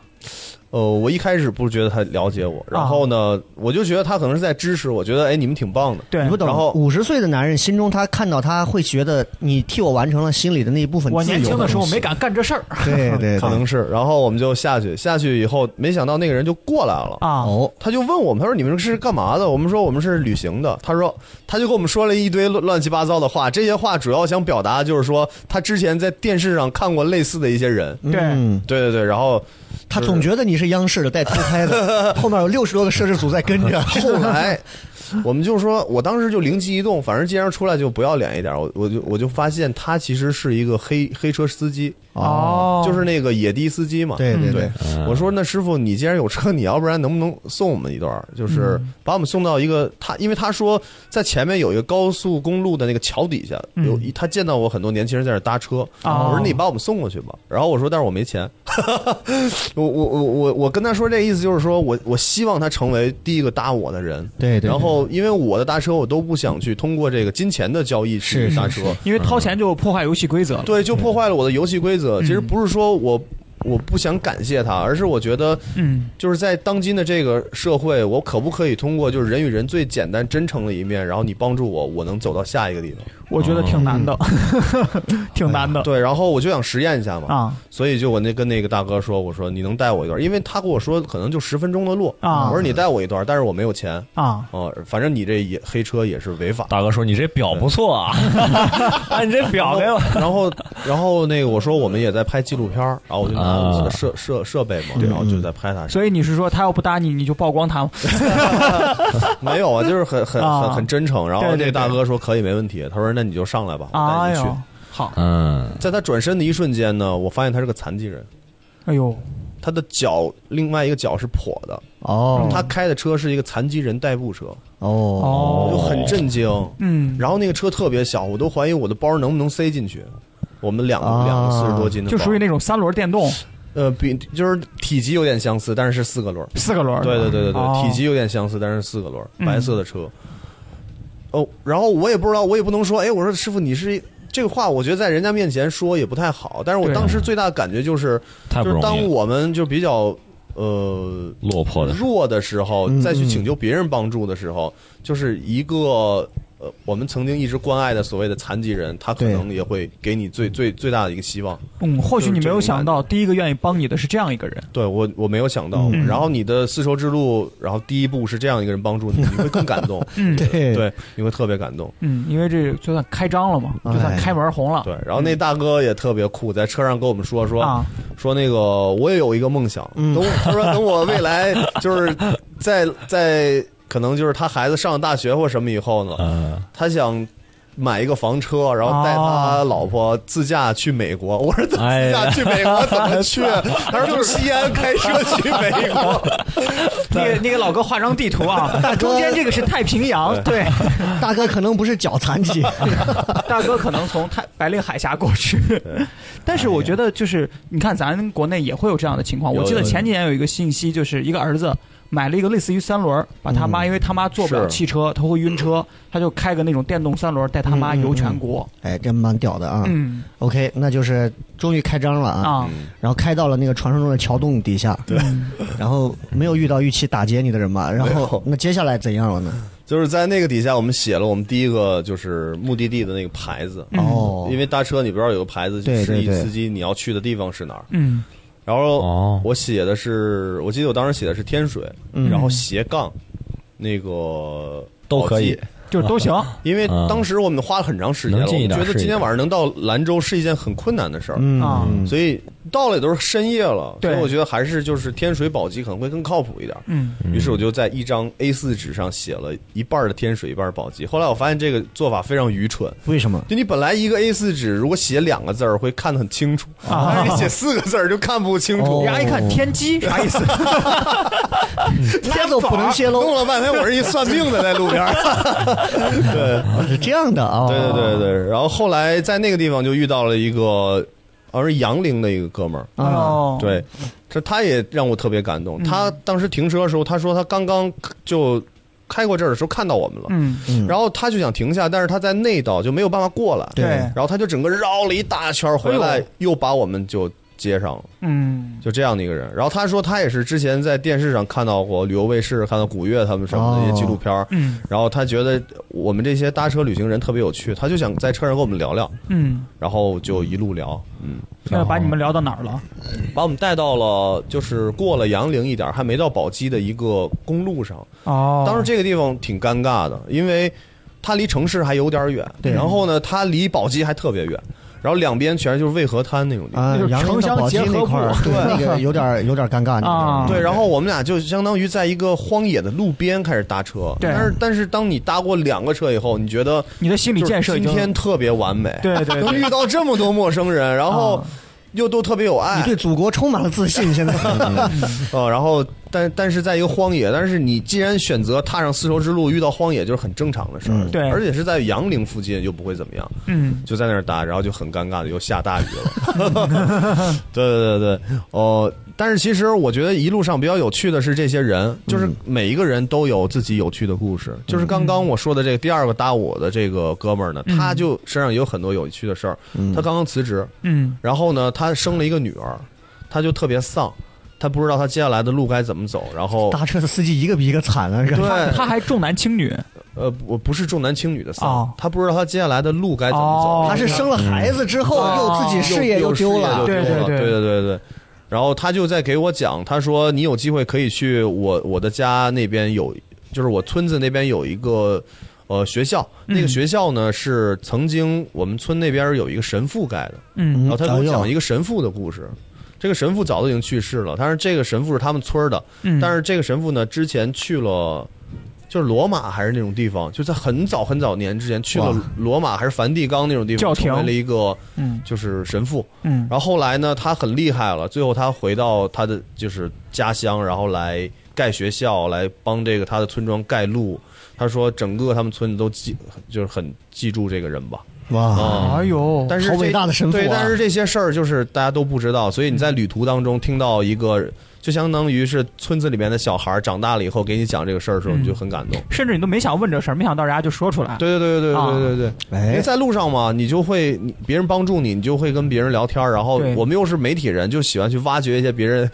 S6: 呃，我一开始不觉得他了解我，
S4: 啊
S6: 然后呢，我就觉得他可能是在支持我，觉得哎你们挺棒的。
S4: 对
S3: 你不
S6: 然
S3: 懂
S6: 后，
S3: 五十岁的男人心中他看到他会觉得你替我完成了心里的那一部分自由
S4: 我
S3: 东西。
S4: 年轻的时候没敢干这事儿
S3: 对，对对，
S6: 可能是，然后我们就下去，下去以后，没想到那个人就过来了，
S4: 啊。
S3: 哦，
S6: 他就问我们，他说你们是干嘛的？我们说我们是旅行的。他说，他就跟我们说了一堆乱乱七八糟的话，这些话主要想表达就是说，他之前在电视上看过类似的一些人，
S4: 对
S3: 嗯
S6: 对对对，然后
S3: 他总觉得你是央视的带偷拍 的，后面有六十多个摄制组在跟着。
S6: 后来，我们就说，我当时就灵机一动，反正既然出来就不要脸一点，我 我就我就发现他其实是一个黑黑车司机，
S4: 哦
S6: 就是那个野的司机嘛。
S3: 对对对，
S6: 我说那师傅，你既然有车，你要不然能不能送我们一段儿？就是把我们送到一个他，因为他说在前面有一个高速公路的那个桥底下，有一他见到我很多年轻人在那儿搭车，
S4: 嗯哦
S6: 我说你把我们送过去吧。然后我说，但是我没钱。 我我我我我跟他说这意思就是说我我希望他成为第一个搭我的人。
S3: 对对
S6: 然后因为我的搭车我都不想去通过这个金钱的交易去
S3: 是
S6: 搭车，
S4: 因为掏钱就破坏游戏规则了。
S6: 对，就破坏了我的游戏规则。其
S3: 嗯
S6: 实不是说我我不想感谢他，而是我觉得
S4: 嗯，
S6: 就是在当今的这个社会，我可不可以通过就是人与人最简单真诚的一面，然后你帮助我，我能走到下一个地方。
S4: 我觉得挺难的， 挺难
S3: 呃
S4: 的
S6: 对，然后我就想实验一下嘛。
S4: 啊
S6: 所以就我那跟那个大哥说，我说你能带我一段，因为他跟我说可能就十分钟的路
S4: 啊
S6: 我说你带我一段，但是我没有钱。
S4: 啊！
S6: 哦、反正你这也黑车也是违法。
S5: 大哥说你这表不错啊，
S4: 啊
S5: 哎，你这表给我，
S6: 然后，然后那个我说我们也在拍纪录片儿，然后我就拿我们
S5: 啊
S6: 的设设设备嘛，然后就在拍他。
S4: 所以你是说他要不搭你，你就曝光他吗？
S6: 没有啊，就 是很很
S4: 啊
S6: 很很真诚。然后
S4: 对
S6: 那
S4: 对对
S6: 个大哥说可以没问题，他说那你就上来吧，我带
S4: 哎
S6: 你去。
S4: 呦，好，
S5: 嗯，
S6: 在他转身的一瞬间呢，我发现他是个残疾人，
S4: 哎呦，
S6: 他的脚另外一个脚是跛的，
S3: 哦
S6: 他开的车是一个残疾人代步车，
S3: 哦，
S6: 我就
S4: 哦，
S6: 很震惊。
S4: 嗯，
S6: 然后那个车特别小，我都怀疑我的包能不能塞进去。我们两个、
S3: 啊
S6: 两个四十多斤的包，
S4: 就属于那种三轮电动，
S6: 呃，比就是体积有点相似，但是是四个轮儿。
S4: 四个轮儿，
S6: 对对对对对，
S4: 哦
S6: 体积有点相似，但是四个轮儿，
S4: 嗯
S6: 白色的车。哦，然后我也不知道，我也不能说，哎，我说师傅你是这个话，我觉得在人家面前说也不太好。但是我
S4: 对
S6: 当时最大的感觉就是，
S5: 太不
S6: 就是当
S5: 容易了，
S6: 我们就比较呃
S5: 落魄的，
S6: 弱的时候，
S3: 嗯
S6: 再去请求别人帮助的时候，就是一个呃，我们曾经一直关爱的所谓的残疾人，他可
S3: 对
S6: 能也会给你最最最大的一个希望。
S4: 嗯，或许你没有想到，第一个愿意帮你的是这样一个人，
S6: 对我我没有想到，
S4: 嗯
S6: 然后你的丝绸之路，然后第一步是这样一个人帮助你，你会更感动，
S4: 嗯
S3: 对
S6: 对，你会特别感动。
S4: 嗯，因为这就算开张了嘛，
S3: 哎
S4: 就算开门红了，
S6: 对，然后那大哥也特别酷，在车上跟我们说说、
S4: 嗯啊，
S6: 说那个我也有一个梦想，
S5: 嗯
S6: 等我他说等我未来就是在在可能就是他孩子上大学或什么以后呢，
S5: 嗯，
S6: 他想买一个房车，然后带
S4: 哦
S6: 他老婆自驾去美国。我说自
S5: 哎呀
S6: 驾去美国怎么去？啊 他说从西安开车去美国。
S4: 那个那个老哥画张地图啊，大中间这个是太平洋，对，
S3: 大哥可能不是脚残疾，
S4: 大哥可能从太白令海峡过去， 但是我觉得就是你看咱国内也会有这样的情况。
S6: 有
S4: 我记得
S6: 有有
S4: 前几年有一个信息，就是一个儿子买了一个类似于三轮儿，把他妈因为他妈坐不了
S6: 嗯是嗯
S4: 汽车，他会晕车，他就开个那种电动三轮儿带他妈游全国。
S3: 哎，这蛮屌的啊。
S4: 嗯
S3: OK，那就是终于开张了
S6: 嗯
S3: 啊，
S4: 啊，
S3: 然后开到了那个传说中的桥洞 底下，对，然后没有遇到预期打劫你的人吧？然后那接下来怎样了呢？
S6: 就是在那个底下，我们写了我们第一个就是目的地的那个牌子，
S5: 嗯
S6: 啊
S3: 哦，
S6: 因为搭车你不知道有个牌子
S3: 对
S6: 示意
S3: 对对
S6: 司机你要去的地方是哪儿。
S4: 嗯
S6: 然后
S5: 哦嗯
S6: 我写的是，我记得我当时写的是天水，然后斜杠那个
S5: 都可以
S6: 宝鸡，
S4: 就是都行。
S6: 因为
S5: 嗯
S6: 当时我们花了很长时间了，
S5: 能
S6: 我
S5: 近一
S6: 们
S5: 点
S6: 觉得
S5: 是一
S6: 今天
S5: 点
S6: 晚上能到兰州是一件很困难的事儿，
S3: 嗯
S4: 啊
S3: 嗯
S6: 所以到了也都是深夜了，所
S4: 对
S6: 以我觉得还是就是天水宝鸡可能会更靠谱一点。
S4: 嗯，
S6: 于是我就在一张 A 4纸上写了一半儿的天水，一半儿宝鸡。后来我发现这个做法非常愚蠢，
S3: 为什么？
S6: 就你本来一个 A 4纸如果写两个字儿会看得很清楚，但是你写四个字儿就看不清
S3: 啊
S6: 楚哎
S3: 哦。
S4: 人家一看天机
S6: 嗯
S4: 啥意思？
S3: 天都不能泄
S6: 弄
S3: 露，
S6: 了半天我是一算命的在路边 儿。
S3: 啊是这样的啊。
S6: 对对对对，然后后来在那个地方就遇到了一个，好像是杨凌的一个哥们儿，
S3: 啊，
S4: 哦，嗯
S6: 对，这他也让我特别感动。他当时停车的时候，他说他刚刚就开过这儿的时候看到我们了，
S4: 嗯，
S3: 嗯
S6: 然后他就想停下，但是他在内道就没有办法过来，
S3: 对
S4: 对，
S6: 然后他就整个绕了一大圈儿回
S4: 哎
S6: 来
S4: 呦，
S6: 又把我们就接上了，
S4: 嗯，
S6: 就这样的一个人。然后他说他也是之前在电视上看到过旅游卫视看到古月他们什么的一些纪
S3: 哦
S6: 录片儿，
S4: 嗯
S6: 然后他觉得我们这些搭车旅行人特别有趣，他就想在车上跟我们聊聊，
S4: 嗯，
S6: 然后就一路聊，
S4: 那把你们聊到哪儿了？
S6: 把我们带到了就是过了杨凌一点儿，还没到宝鸡的一个公路上。
S4: 哦，
S6: 当时这个地方挺尴尬的，因为它离城市还有点远，
S3: 对
S6: 然后呢，它离宝鸡还特别远，然后两边全是就是渭河滩那种地方。
S3: 啊
S4: 就，是
S3: 杨凌到
S4: 城乡
S3: 宝鸡
S4: 结合
S3: 那块儿，
S4: 部
S3: 对那个有点有点尴尬那个地
S4: 啊
S3: 方。
S6: 对，然后我们俩就相当于在一个荒野的路边开始搭车，
S4: 对
S6: 但是但是当你搭过两个车以后，你觉得
S4: 你的心理
S6: 就是
S4: 建设已
S6: 今
S4: 经
S6: 天特别完美，
S4: 对对对
S6: 能遇到这么多陌生人，然后
S4: 啊
S6: 又都特别有爱，
S3: 你对祖国充满了自信，现在。
S6: 呃，然后但但是在一个荒野，但是你既然选择踏上丝绸之路，遇到荒野就是很正常的事儿，
S3: 嗯
S4: 对
S6: 而且是在杨凌附近就不会怎么样，
S4: 嗯
S6: 就在那儿搭，然后就很尴尬的又下大雨了，对对对对，哦、但是其实我觉得一路上比较有趣的是这些人，就是每一个人都有自己有趣的故事，就是刚刚我说的这个第二个搭我的这个哥们儿呢，他就身上也有很多有趣的事儿，
S3: 嗯
S6: 他刚刚辞职，
S4: 嗯
S6: 然后呢，他生了一个女儿，他就特别丧，他不知道他接下来的路该怎么走。然后，
S3: 搭车的司机一个比一个惨啊！这
S6: 对
S3: 个，
S4: 他还重男轻女，
S6: 呃，我不是重男轻女的丧，
S4: 哦
S6: 他不知道他接下来的路该怎么走。
S4: 哦
S3: 他是生了孩子之后，
S4: 哦
S3: 啊嗯又自己事业
S6: 又
S3: 丢了，
S6: 对
S4: 对
S6: 对
S4: 对
S6: 对
S4: 对
S6: 对对对。然后他就在给我讲，他说你有机会可以去我我的家那边有，就是我村子那边有一个呃学校，那
S4: 嗯
S6: 个学校呢是曾经我们村那边有一个神父盖的，
S4: 嗯
S6: 然后他给我讲了一
S3: 个，
S6: 个神父的故事。这个神父早都已经去世了，但是这个神父是他们村儿的，
S4: 嗯，
S6: 但是这个神父呢，之前去了。就是罗马还是那种地方，就在很早很早年之前去了
S3: 哇
S6: 罗马还是梵蒂冈那种地方，
S4: 教
S6: 成
S4: 廷
S6: 为了一个
S4: 嗯
S6: 就是神父。
S4: 嗯
S6: 然后后来呢，他很厉害了，最后他回到他的就是家乡，然后来盖学校，来帮这个他的村庄盖路。他说，整个他们村子都记，就是很记住这个人吧。
S3: 哇，
S6: 啊
S4: 哎呦，
S6: 但是
S3: 好
S6: 这
S3: 伟大的神父啊嗯
S6: 对，但是这些事儿就是大家都不知道，所以你在旅途当中听到一个，就相当于是村子里面的小孩儿长大了以后给你讲这个事儿的时候，
S4: 嗯
S6: 你就很感动。
S4: 甚至你都没想问这事儿，没想到人家就说出来，，
S6: 对对对对对对对对，因为
S3: 哎，
S6: 在路上嘛，你就会你别人帮助你，你就会跟别人聊天儿，然后
S4: 对
S6: 我们又是媒体人，就喜欢去挖掘一些别人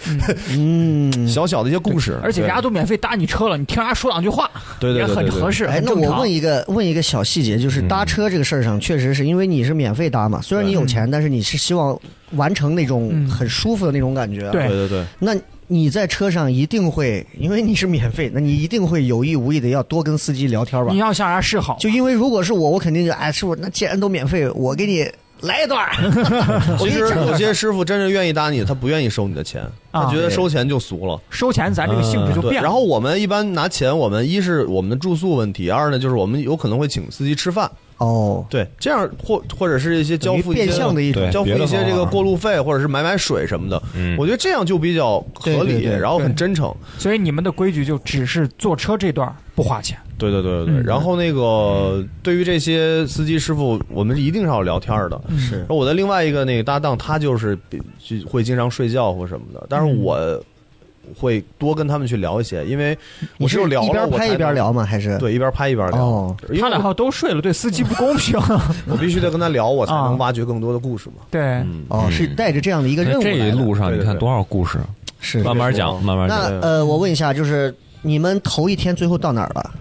S3: 嗯，
S6: 小小的一些故事，
S4: 而且人家
S6: 对
S4: 都免费搭你车了，你听人家说两句话，
S6: 对对
S4: 也
S6: 对对
S4: 很
S6: 对
S4: 合适，
S3: 哎，
S4: 很
S3: 那
S4: 正
S3: 我
S4: 常
S3: 问。一个问一个小细节，就是搭车这个事儿上，确实是因为你是免费搭嘛，虽然你有钱，但是你是希望完成那种很舒服的那种感觉。啊
S4: 对
S6: 对对对，
S3: 那你在车上一定会，因为你是免费，那你一定会有意无意的要多跟司机聊天吧
S4: 你？要向人家示好，
S3: 就因为如果是我，我肯定就哎，师傅，那既然都免费，我给你来一段儿。我
S6: 其
S3: 给你
S6: 实
S3: 讲
S6: 有些师傅真是愿意搭你，他不愿意收你的钱，
S4: 啊
S6: 他觉得收钱就俗了。
S4: 收钱咱这个性质就
S6: 嗯对，
S4: 变了。
S6: 然后我们一般拿钱，我们一是我们的住宿问题，二呢就是我们有可能会请司机吃饭，
S3: 哦，
S6: 对，这样或或者是一些交付一些
S3: 变相的一种
S5: 对
S6: 交付
S5: 别
S6: 一
S5: 的
S6: 些
S5: 方法
S6: 这个过路费，或者是买买水什么的。
S5: 嗯
S6: 我觉得这样就比较合
S3: 对
S6: 理，
S3: 对对
S6: 然后很真诚。
S4: 所以你们的规矩就只是坐车这段儿不花钱。
S6: 对对对对
S4: 嗯
S6: 对。然后那个对于这些司机师傅，我们一定是要聊天的。
S3: 是
S6: 然后我的另外一个那个搭档，他就是比就会经常睡觉或什么的，但是我会多跟他们去聊一些，因为我
S3: 你
S6: 只
S3: 是
S6: 有聊了
S3: 一边
S6: 我才
S3: 拍一边
S6: 能，
S3: 聊吗？还是？
S6: 对，一边拍一边聊。
S3: 哦
S6: 因为
S4: 他俩
S6: 我
S4: 要都睡了，对司机不公 平。
S6: 我必须得跟他聊，我才
S4: 啊
S6: 能挖掘更多的故事嘛。
S4: 对，
S6: 嗯
S3: 哦，是带着这样的一个任务
S5: 哎这
S3: 来
S5: 一
S3: 的
S5: 路上
S6: 对
S5: 你
S6: 对
S5: 看
S6: 对
S5: 多少故事，
S3: 是
S5: 慢慢
S6: 说
S5: 讲，慢慢
S3: 那
S5: 讲。
S3: 呃，我问一下，就是你们头一天最后到哪儿了？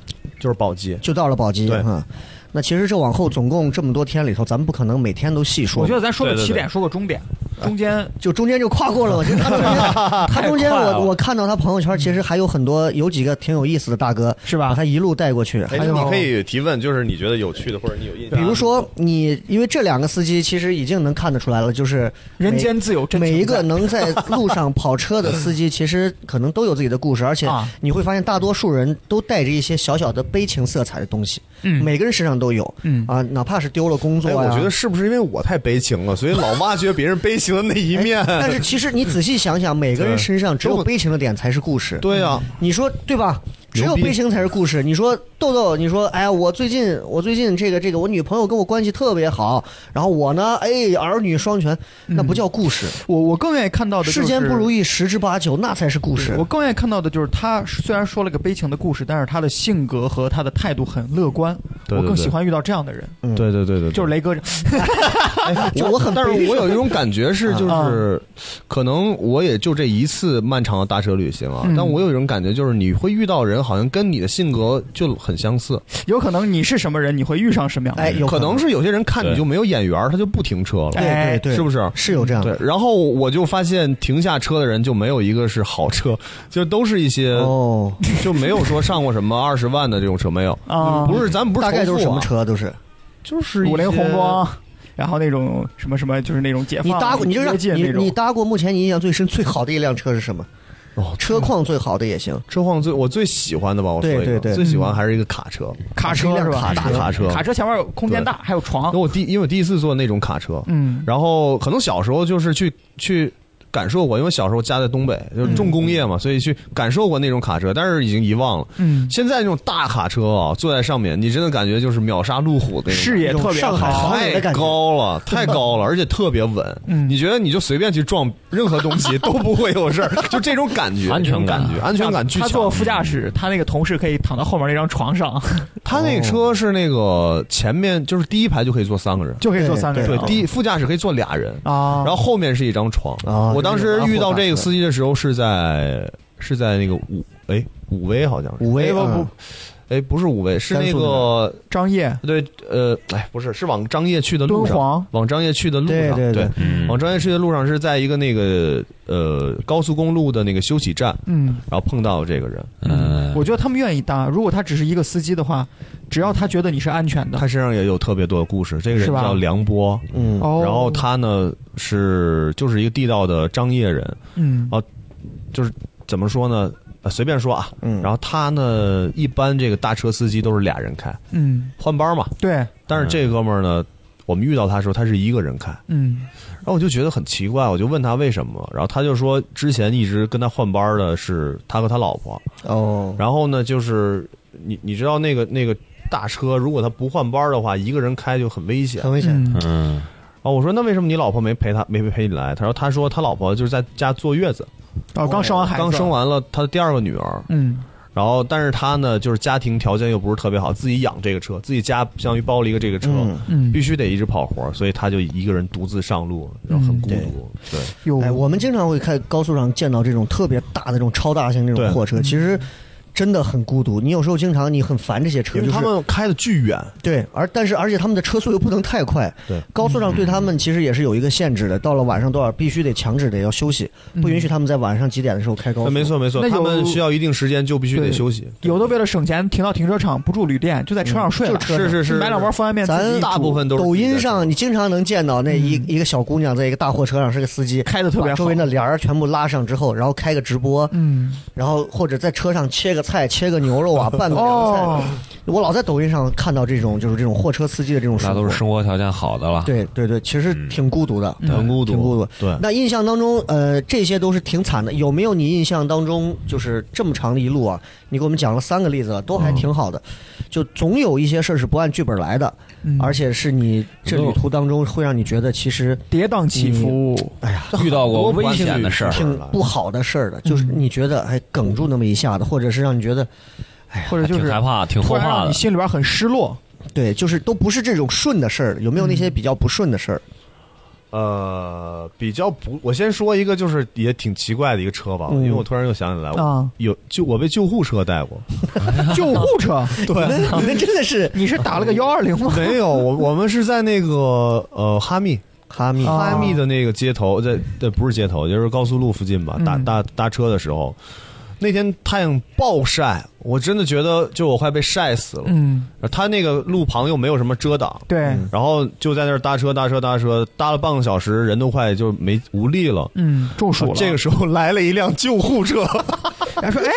S6: 就是宝鸡。
S3: 就到了宝鸡
S6: 对
S3: 啊。那其实这往后总共这么多天里头，咱们不可能每天都细说。
S4: 我觉得咱说个
S5: 对对
S4: 起
S5: 对
S4: 点，说个终点，中间
S3: 就中间就跨过了，我觉得他中间 他中间
S4: 太快了
S3: 我我看到他朋友圈，其实还有很多有几个挺有意思的大哥，
S4: 是
S3: 把
S4: 吧？
S3: 他一路带过去。
S6: 哎，
S3: 还有
S6: 你可以提问，就是你觉得有趣的或者你有印象的，
S3: 比如说你，因为这两个司机其实已经能看得出来了，就是每
S4: 人间自有真情在嗯
S3: 每一个能 在路上跑车的司机，其实可能都有自己的故事，而且
S4: 啊
S3: 你会发现大多数人都带着一些小小的悲情色彩的东西，
S4: 嗯
S3: 每个人身上都有，
S4: 嗯
S3: 啊，哪怕是丢了工作啊
S6: 哎，
S3: 呀、
S6: 我 觉得是不是因为我太悲情了，所以老挖掘别人悲情的那一
S3: 哎
S6: 面？
S3: 但是其实你仔细想 想，每个人身上只有
S6: 都
S3: 悲情的点才是故事，
S6: 对啊，
S3: 你说对吧？只有
S6: 牛逼
S3: 悲情才是故事。你说豆豆，你说哎呀，我最近我最近这个这个，我女朋友跟我关系特别好，然后我呢，哎，儿女双全，那
S4: 嗯
S3: 不叫故事。
S4: 我我更愿意看到的就是
S3: 世间不如意十之八九，那才是故事
S4: 我。更愿意看到的就是他虽然说了个悲情的故事，但是他的性格和他的态度很乐观。
S6: 对对
S4: 我更
S6: 对
S4: 喜欢遇到这样的人，
S6: 对对对对，
S4: 就是雷哥。
S3: 就嗯我很
S6: 但
S3: 悲嗯
S6: 是我有一种感觉是，就
S4: 啊
S6: 是可能我也就这一次漫长的搭车旅行啊，
S4: 嗯
S6: 但我有一种感觉，就是你会遇到人，好像跟你的性格就很相似，
S4: 有可能你是什么人，你会遇上什么样的
S3: 哎，
S4: 人。
S3: 有
S6: 可能
S3: 是
S6: 是有些人看你
S5: 对
S6: 就没有眼缘儿，他就不停车了，
S3: 对对对，
S6: 是不
S3: 是
S6: 是？
S3: 是有这样
S6: 对
S3: 的？，
S6: 然后我就发现停下车的人就没有一个是好车，就都是一些
S3: 哦，
S6: 就没有说上过什么二十万的这种车没有，
S4: 啊，
S6: 嗯不是，咱们不是
S3: 哦大概都是什
S6: 重复
S3: 么
S6: 啊？
S3: 车？都是
S6: 就是
S4: 五菱
S6: 一些
S4: 宏光，然后那种什么什么，就是那种解放
S3: 你搭过，你就让
S4: 越界
S3: 你
S4: 那种
S3: 你搭过，目前你印象最深最好的一辆车是什么？
S6: 哦
S3: 车况最好的也行。
S6: 车况最我最喜欢的吧，我说一个
S3: 对对对
S6: 最喜欢还是一个卡车，
S4: 卡
S3: 是一
S4: 车
S3: 辆
S4: 是吧？
S3: 卡
S6: 大卡车，
S4: 卡车前面有空间
S6: 对
S4: 大，还有床
S6: 因为。我第因为我第一次坐那种卡车，
S4: 嗯，
S6: 然后可能小时候就是去去感受过，因为小时候家在东北，就是重工业嘛，
S3: 嗯
S6: 所以去感受过那种卡车，但是已经遗忘了。
S4: 嗯
S6: 现在那种大卡车啊，坐在上面，你真的感觉就是秒杀路虎那种。
S4: 视野特别
S3: 上海
S4: 好
S3: 好。美
S6: 太
S3: 的感觉
S6: 高了，太高了，而且特别稳。
S4: 嗯
S6: 你觉得你就随便去撞任何东西都不会有事儿， 就这种感觉，
S5: 安全感
S6: 这种觉，安全感巨
S4: 他
S6: 强。
S4: 坐副驾驶，他那个同事可以躺到后面那张床 上，
S6: 他那车是那个前面就是第一排就可以坐三个人，
S4: 就可以坐三个人
S6: 对
S4: 啊。，
S6: 第一副驾驶可以坐俩人，
S4: 啊，
S6: 然后后面是一张床。
S3: 啊
S6: 我当时遇到这个司
S3: 机，
S6: 机的时候是在是在那个武哎武威好像是
S3: 五威
S6: 哎不
S3: 啊
S6: 不哎不是武威是那
S3: 甘肃
S6: 个
S4: 张掖、
S6: 对呃哎不是是往张掖去的路
S4: 敦
S6: 上，
S4: 煌，
S6: 往张掖去的路
S3: 对
S6: 上
S3: 对对
S5: 嗯
S6: 往张掖去的路上是在一个那个呃高速公路的那个休息站，
S4: 嗯，
S6: 然后碰到这个人，
S5: 嗯
S4: 我觉得他们愿意搭。如果他只是一个司机的话，只要他觉得你是安全的
S6: 他，身上也有特别多的故事。这个人
S4: 是吧
S6: 叫梁波，
S3: 嗯，
S4: 哦，
S6: 然后，他呢是就是一个地道的张掖人，
S4: 嗯，
S6: 怎么说呢？呃随便说啊，
S3: 嗯
S6: 然后他呢，一般这个大车司机都是俩人开，
S4: 嗯，
S6: 换班嘛。
S4: 对，
S6: 但是
S5: 嗯
S6: 这哥们儿呢，我们遇到他的时候，他是一个人开，
S4: 嗯，
S6: 然后我就觉得很奇怪，我就问他为什么，然后他就说之前一直跟他换班的是他和他老婆，
S3: 哦，
S6: 然后呢，就是你你知道那个那个大车，如果他不换班的话，一个人开就很危险。
S3: 很危险。
S4: 嗯，
S5: 嗯
S6: 哦，我说那为什么你老婆没陪他没陪你来？他说他说他老婆就是在家坐月子，
S4: 哦，刚生完孩子，
S6: 刚生，完了他的第二个女儿，
S4: 嗯，
S6: 然后，但是他呢，就是家庭条件又不是特别好，自己养这个车，自己家相当于包了一个这个车，
S3: 嗯
S4: 嗯
S6: 必须得一直跑活儿，所以他就一个人独自上路，然后很孤独。对，
S4: 有
S3: 哎，我们经常会开高速上见到这种特别大的这种超大型这种
S6: 对嗯
S3: 货车，其实真的很孤独。你有时候经常你很烦这些车，
S6: 因
S3: 就是
S6: 为他们开的巨远，
S3: 对，而但是而且他们的车速又不能太快，
S6: 对，
S3: 高速上对他们其实也是有一个限制的。到了晚上多少必须得强制得要休息，
S4: 嗯
S3: 不允许他们在晚上几点的时候开高速。
S6: 呃没，错没错
S4: 那，有
S6: 他们需要一定时间就必须得休息。
S4: 有的为了省钱停到停车场，不住旅嗯店，就在车上睡了，
S6: 就车上是是是
S4: 买两包方便面，自
S3: 咱
S4: 己
S6: 大部分都是
S3: 抖
S6: 自己
S3: 音
S6: 在
S3: 上，
S6: 车
S3: 你经常能见到那一一个小姑娘在一个大货车上是个司机，
S4: 开的嗯特别
S3: 把周
S4: 好
S3: 围，的帘儿全部拉上之后，然后开个直播，
S4: 嗯，
S3: 然后或者在车上切个菜，切个牛肉 啊，拌个凉菜。
S4: 哦，
S3: 我老在抖音上看到这种就是这种货车司机的这种生
S5: 那
S3: 活，
S5: 都是生活条件好的了。，
S3: 对对对，其实
S6: 嗯
S3: 挺孤独的，
S6: 很孤独，
S3: 挺孤独。
S6: 对，
S3: 那印象当中，呃，这些都是挺惨的。有没有你印象当中就是这么长的一路啊？你给我们讲了三个例子了，都还挺好的。就总有一些事儿是不按剧本来的，
S4: 嗯
S3: 而且是你这旅途当中会让你觉得其实
S4: 跌宕起伏，
S5: 遇到过危险的事儿，
S3: 挺不好的事儿的，就是你觉得哎哽住那么一下子，或者是让你觉得
S4: 或者就
S5: 挺
S4: 是
S5: 害怕，挺
S4: 突
S5: 后
S4: 然
S5: 怕
S4: 让
S5: 的
S4: 你。心里边很失落，
S3: 对，就是都不是这种顺的事儿。有没有那些比较不顺的事儿？
S6: 呃，比较不，我先说一个，就是也挺奇怪的一个车吧，
S3: 嗯
S6: 因为我突然又想起来，我
S4: 啊
S6: 有救我被救护车带过，
S4: 救护 车，
S3: 你们真的是
S4: 你是打了个幺二零吗？
S6: 没有，我我们是在那个呃哈密，
S3: 哈密
S4: 啊
S6: 哈密的那个街头，在在不是街头，就是高速路附近吧。搭
S4: 嗯
S6: 搭搭车的时候，那天太阳暴晒，我真的觉得就我快被晒死了。
S4: 嗯，
S6: 他那个路旁又没有什么遮挡，
S4: 对，嗯
S6: 然后就在那儿搭车搭车搭车，搭了半个小时，人都快就没无力了。
S4: 嗯，中暑了。
S6: 这个时候来了一辆救护车，
S4: 然后说，哎，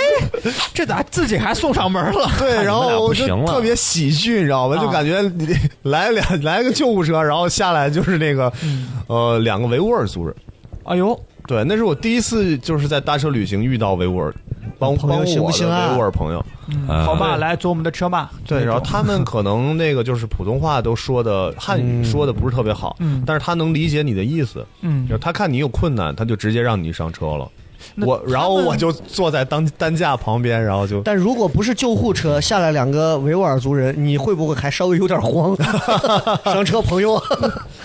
S4: 这咋自己还送上门了？
S6: 对，然
S5: 俩
S6: 后
S5: 不
S6: 我就
S5: 行了
S6: 特别喜剧，你知道吧？就
S4: 啊
S6: 感觉你来俩来个救护车，然后下来就是那个呃两个维吾尔族人，
S4: 哎呦，
S6: 对，那是我第一次就是在搭车旅行遇到维吾尔，帮
S3: 朋友
S6: 帮我的
S3: 行不行啊
S6: 维吾尔朋友，
S5: 哎
S4: 好吧，来坐我们的车吧。
S6: 对，然后他们可能那个就是普通话都说的汉语说的不是特别好，
S4: 嗯
S6: 但是他能理解你的意思，
S4: 嗯
S6: 然后他看你有困难，他就直接让你上车了。
S4: 那
S6: 我
S4: 他们
S6: 然后我就坐在担担架旁边，然后就
S3: 但如果不是救护车下来两个维吾尔族人，你会不会还稍微有点慌？ 上车，朋友。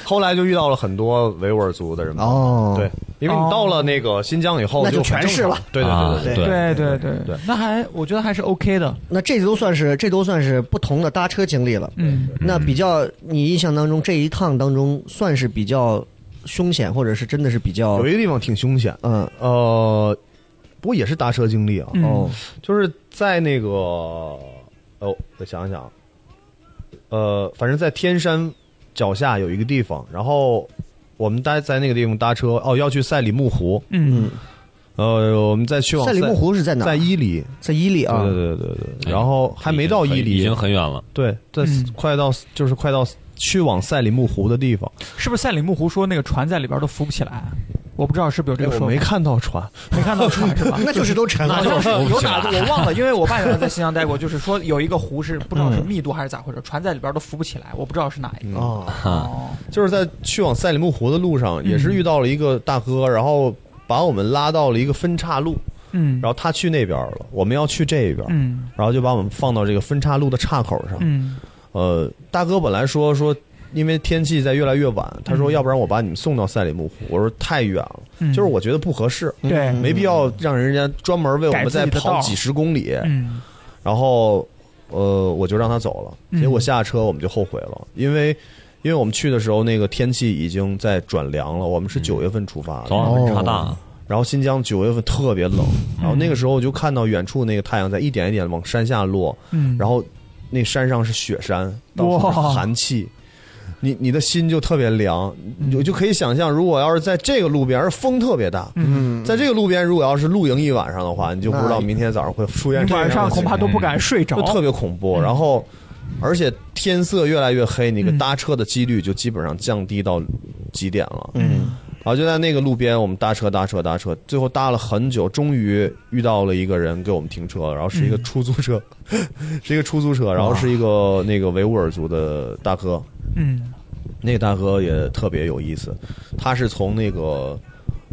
S6: 后来就遇到了很多维吾尔族的人吧
S3: 哦
S6: 对，因为你到了那个新疆以后
S3: 那就
S6: 很
S3: 全
S6: 正
S3: 是
S6: 常
S3: 了
S6: 对对
S5: 啊
S6: 对对
S5: 对
S4: 对对对
S6: 对，
S4: 那还我觉得还是 OK 的。
S3: 那这都算是这都算是不同的搭车经历了。
S4: 嗯，
S3: 那比较你印象当中这一趟当中算是比较凶险，或者是真的是比较
S6: 有一个地方挺凶险，
S3: 嗯
S6: 呃，不过也是搭车经历啊，
S4: 嗯
S3: 哦
S6: 就是在那个，哦，我想想，呃，反正在天山脚下有一个地方，然后我们待在那个地方搭车，哦，要去赛里木湖，
S4: 嗯，
S6: 呃，我们再去往
S3: 赛里木湖是在哪儿？
S6: 在伊犁，
S3: 在伊犁啊？
S6: 对。对对对对，然后还没到伊
S5: 已
S6: 犁
S5: 经，哎很远了。
S6: 对，在
S4: 嗯
S6: 快到就是快到去往赛里木湖的地方，
S4: 是不是赛里木湖说那个船在里边都浮不起来？我不知道是不是有这个
S6: 哎我
S4: 说法，
S6: 没看到船，
S4: 没看到船是吧
S3: 那就是都沉
S4: 哪
S3: 了，
S4: 就
S3: 就是是
S4: 有哪个我忘了，因为我爸原来在新疆待过，就是说有一个湖是不知道是密度还是咋回事，船在里边都浮不起来，我不知道是哪一个。
S3: 哦，
S4: 哦，
S6: 就是在去往赛里木湖的路上，
S4: 嗯
S6: 也是遇到了一个大哥，然后把我们拉到了一个分岔路。
S4: 嗯，
S6: 然后他去那边了，我们要去这边，
S4: 嗯
S6: 然后就把我们放到这个分岔路的岔口上。
S4: 嗯
S6: 呃，大哥本来说说，因为天气在越来越晚，他说
S4: 嗯
S6: 要不然我把你们送到赛里木湖，我说太远了，
S4: 嗯
S6: 就是我觉得不合适，
S4: 对
S6: 没必要让人家专门为我们再
S4: 改自己的道
S6: 跑几十公里。
S4: 嗯
S6: 然后呃，我就让他走了。
S4: 嗯
S6: 结果下车我们就后悔了，因为因为我们去的时候那个天气已经在转凉了，我
S4: 嗯
S6: 们是九月份出发的，
S5: 早晚温差大，
S6: 然后新疆九月份特别冷，
S4: 嗯
S6: 然后那个时候我就看到远处那个太阳在一点一点往山下落，
S4: 嗯，
S6: 然后那山上是雪山，到处是
S4: 哇
S6: 寒气，你你的心就特别凉，
S4: 嗯
S6: 你就就可以想象，如果要是在这个路边，而风特别大，
S3: 嗯，
S6: 在这个路边如果要是露营一晚上的话，你就不知道明天早上会出现
S4: 你
S6: 这样
S4: 晚
S6: 的
S4: 上恐怕
S6: 情
S4: 都不敢睡着
S6: 况，就特别恐怖。然后，而且天色越来越黑，那个
S4: 嗯
S6: 搭车的几率就基本上降低到极点了。
S3: 嗯
S6: 然后就在那个路边，我们搭车搭车搭车，最后搭了很久，终于遇到了一个人给我们停车，然后
S4: 嗯
S6: 是一个出租车， 是一个出租车，然后是一个那个维吾尔族的大哥，
S4: 嗯
S6: 那个大哥也特别有意思，他是从那个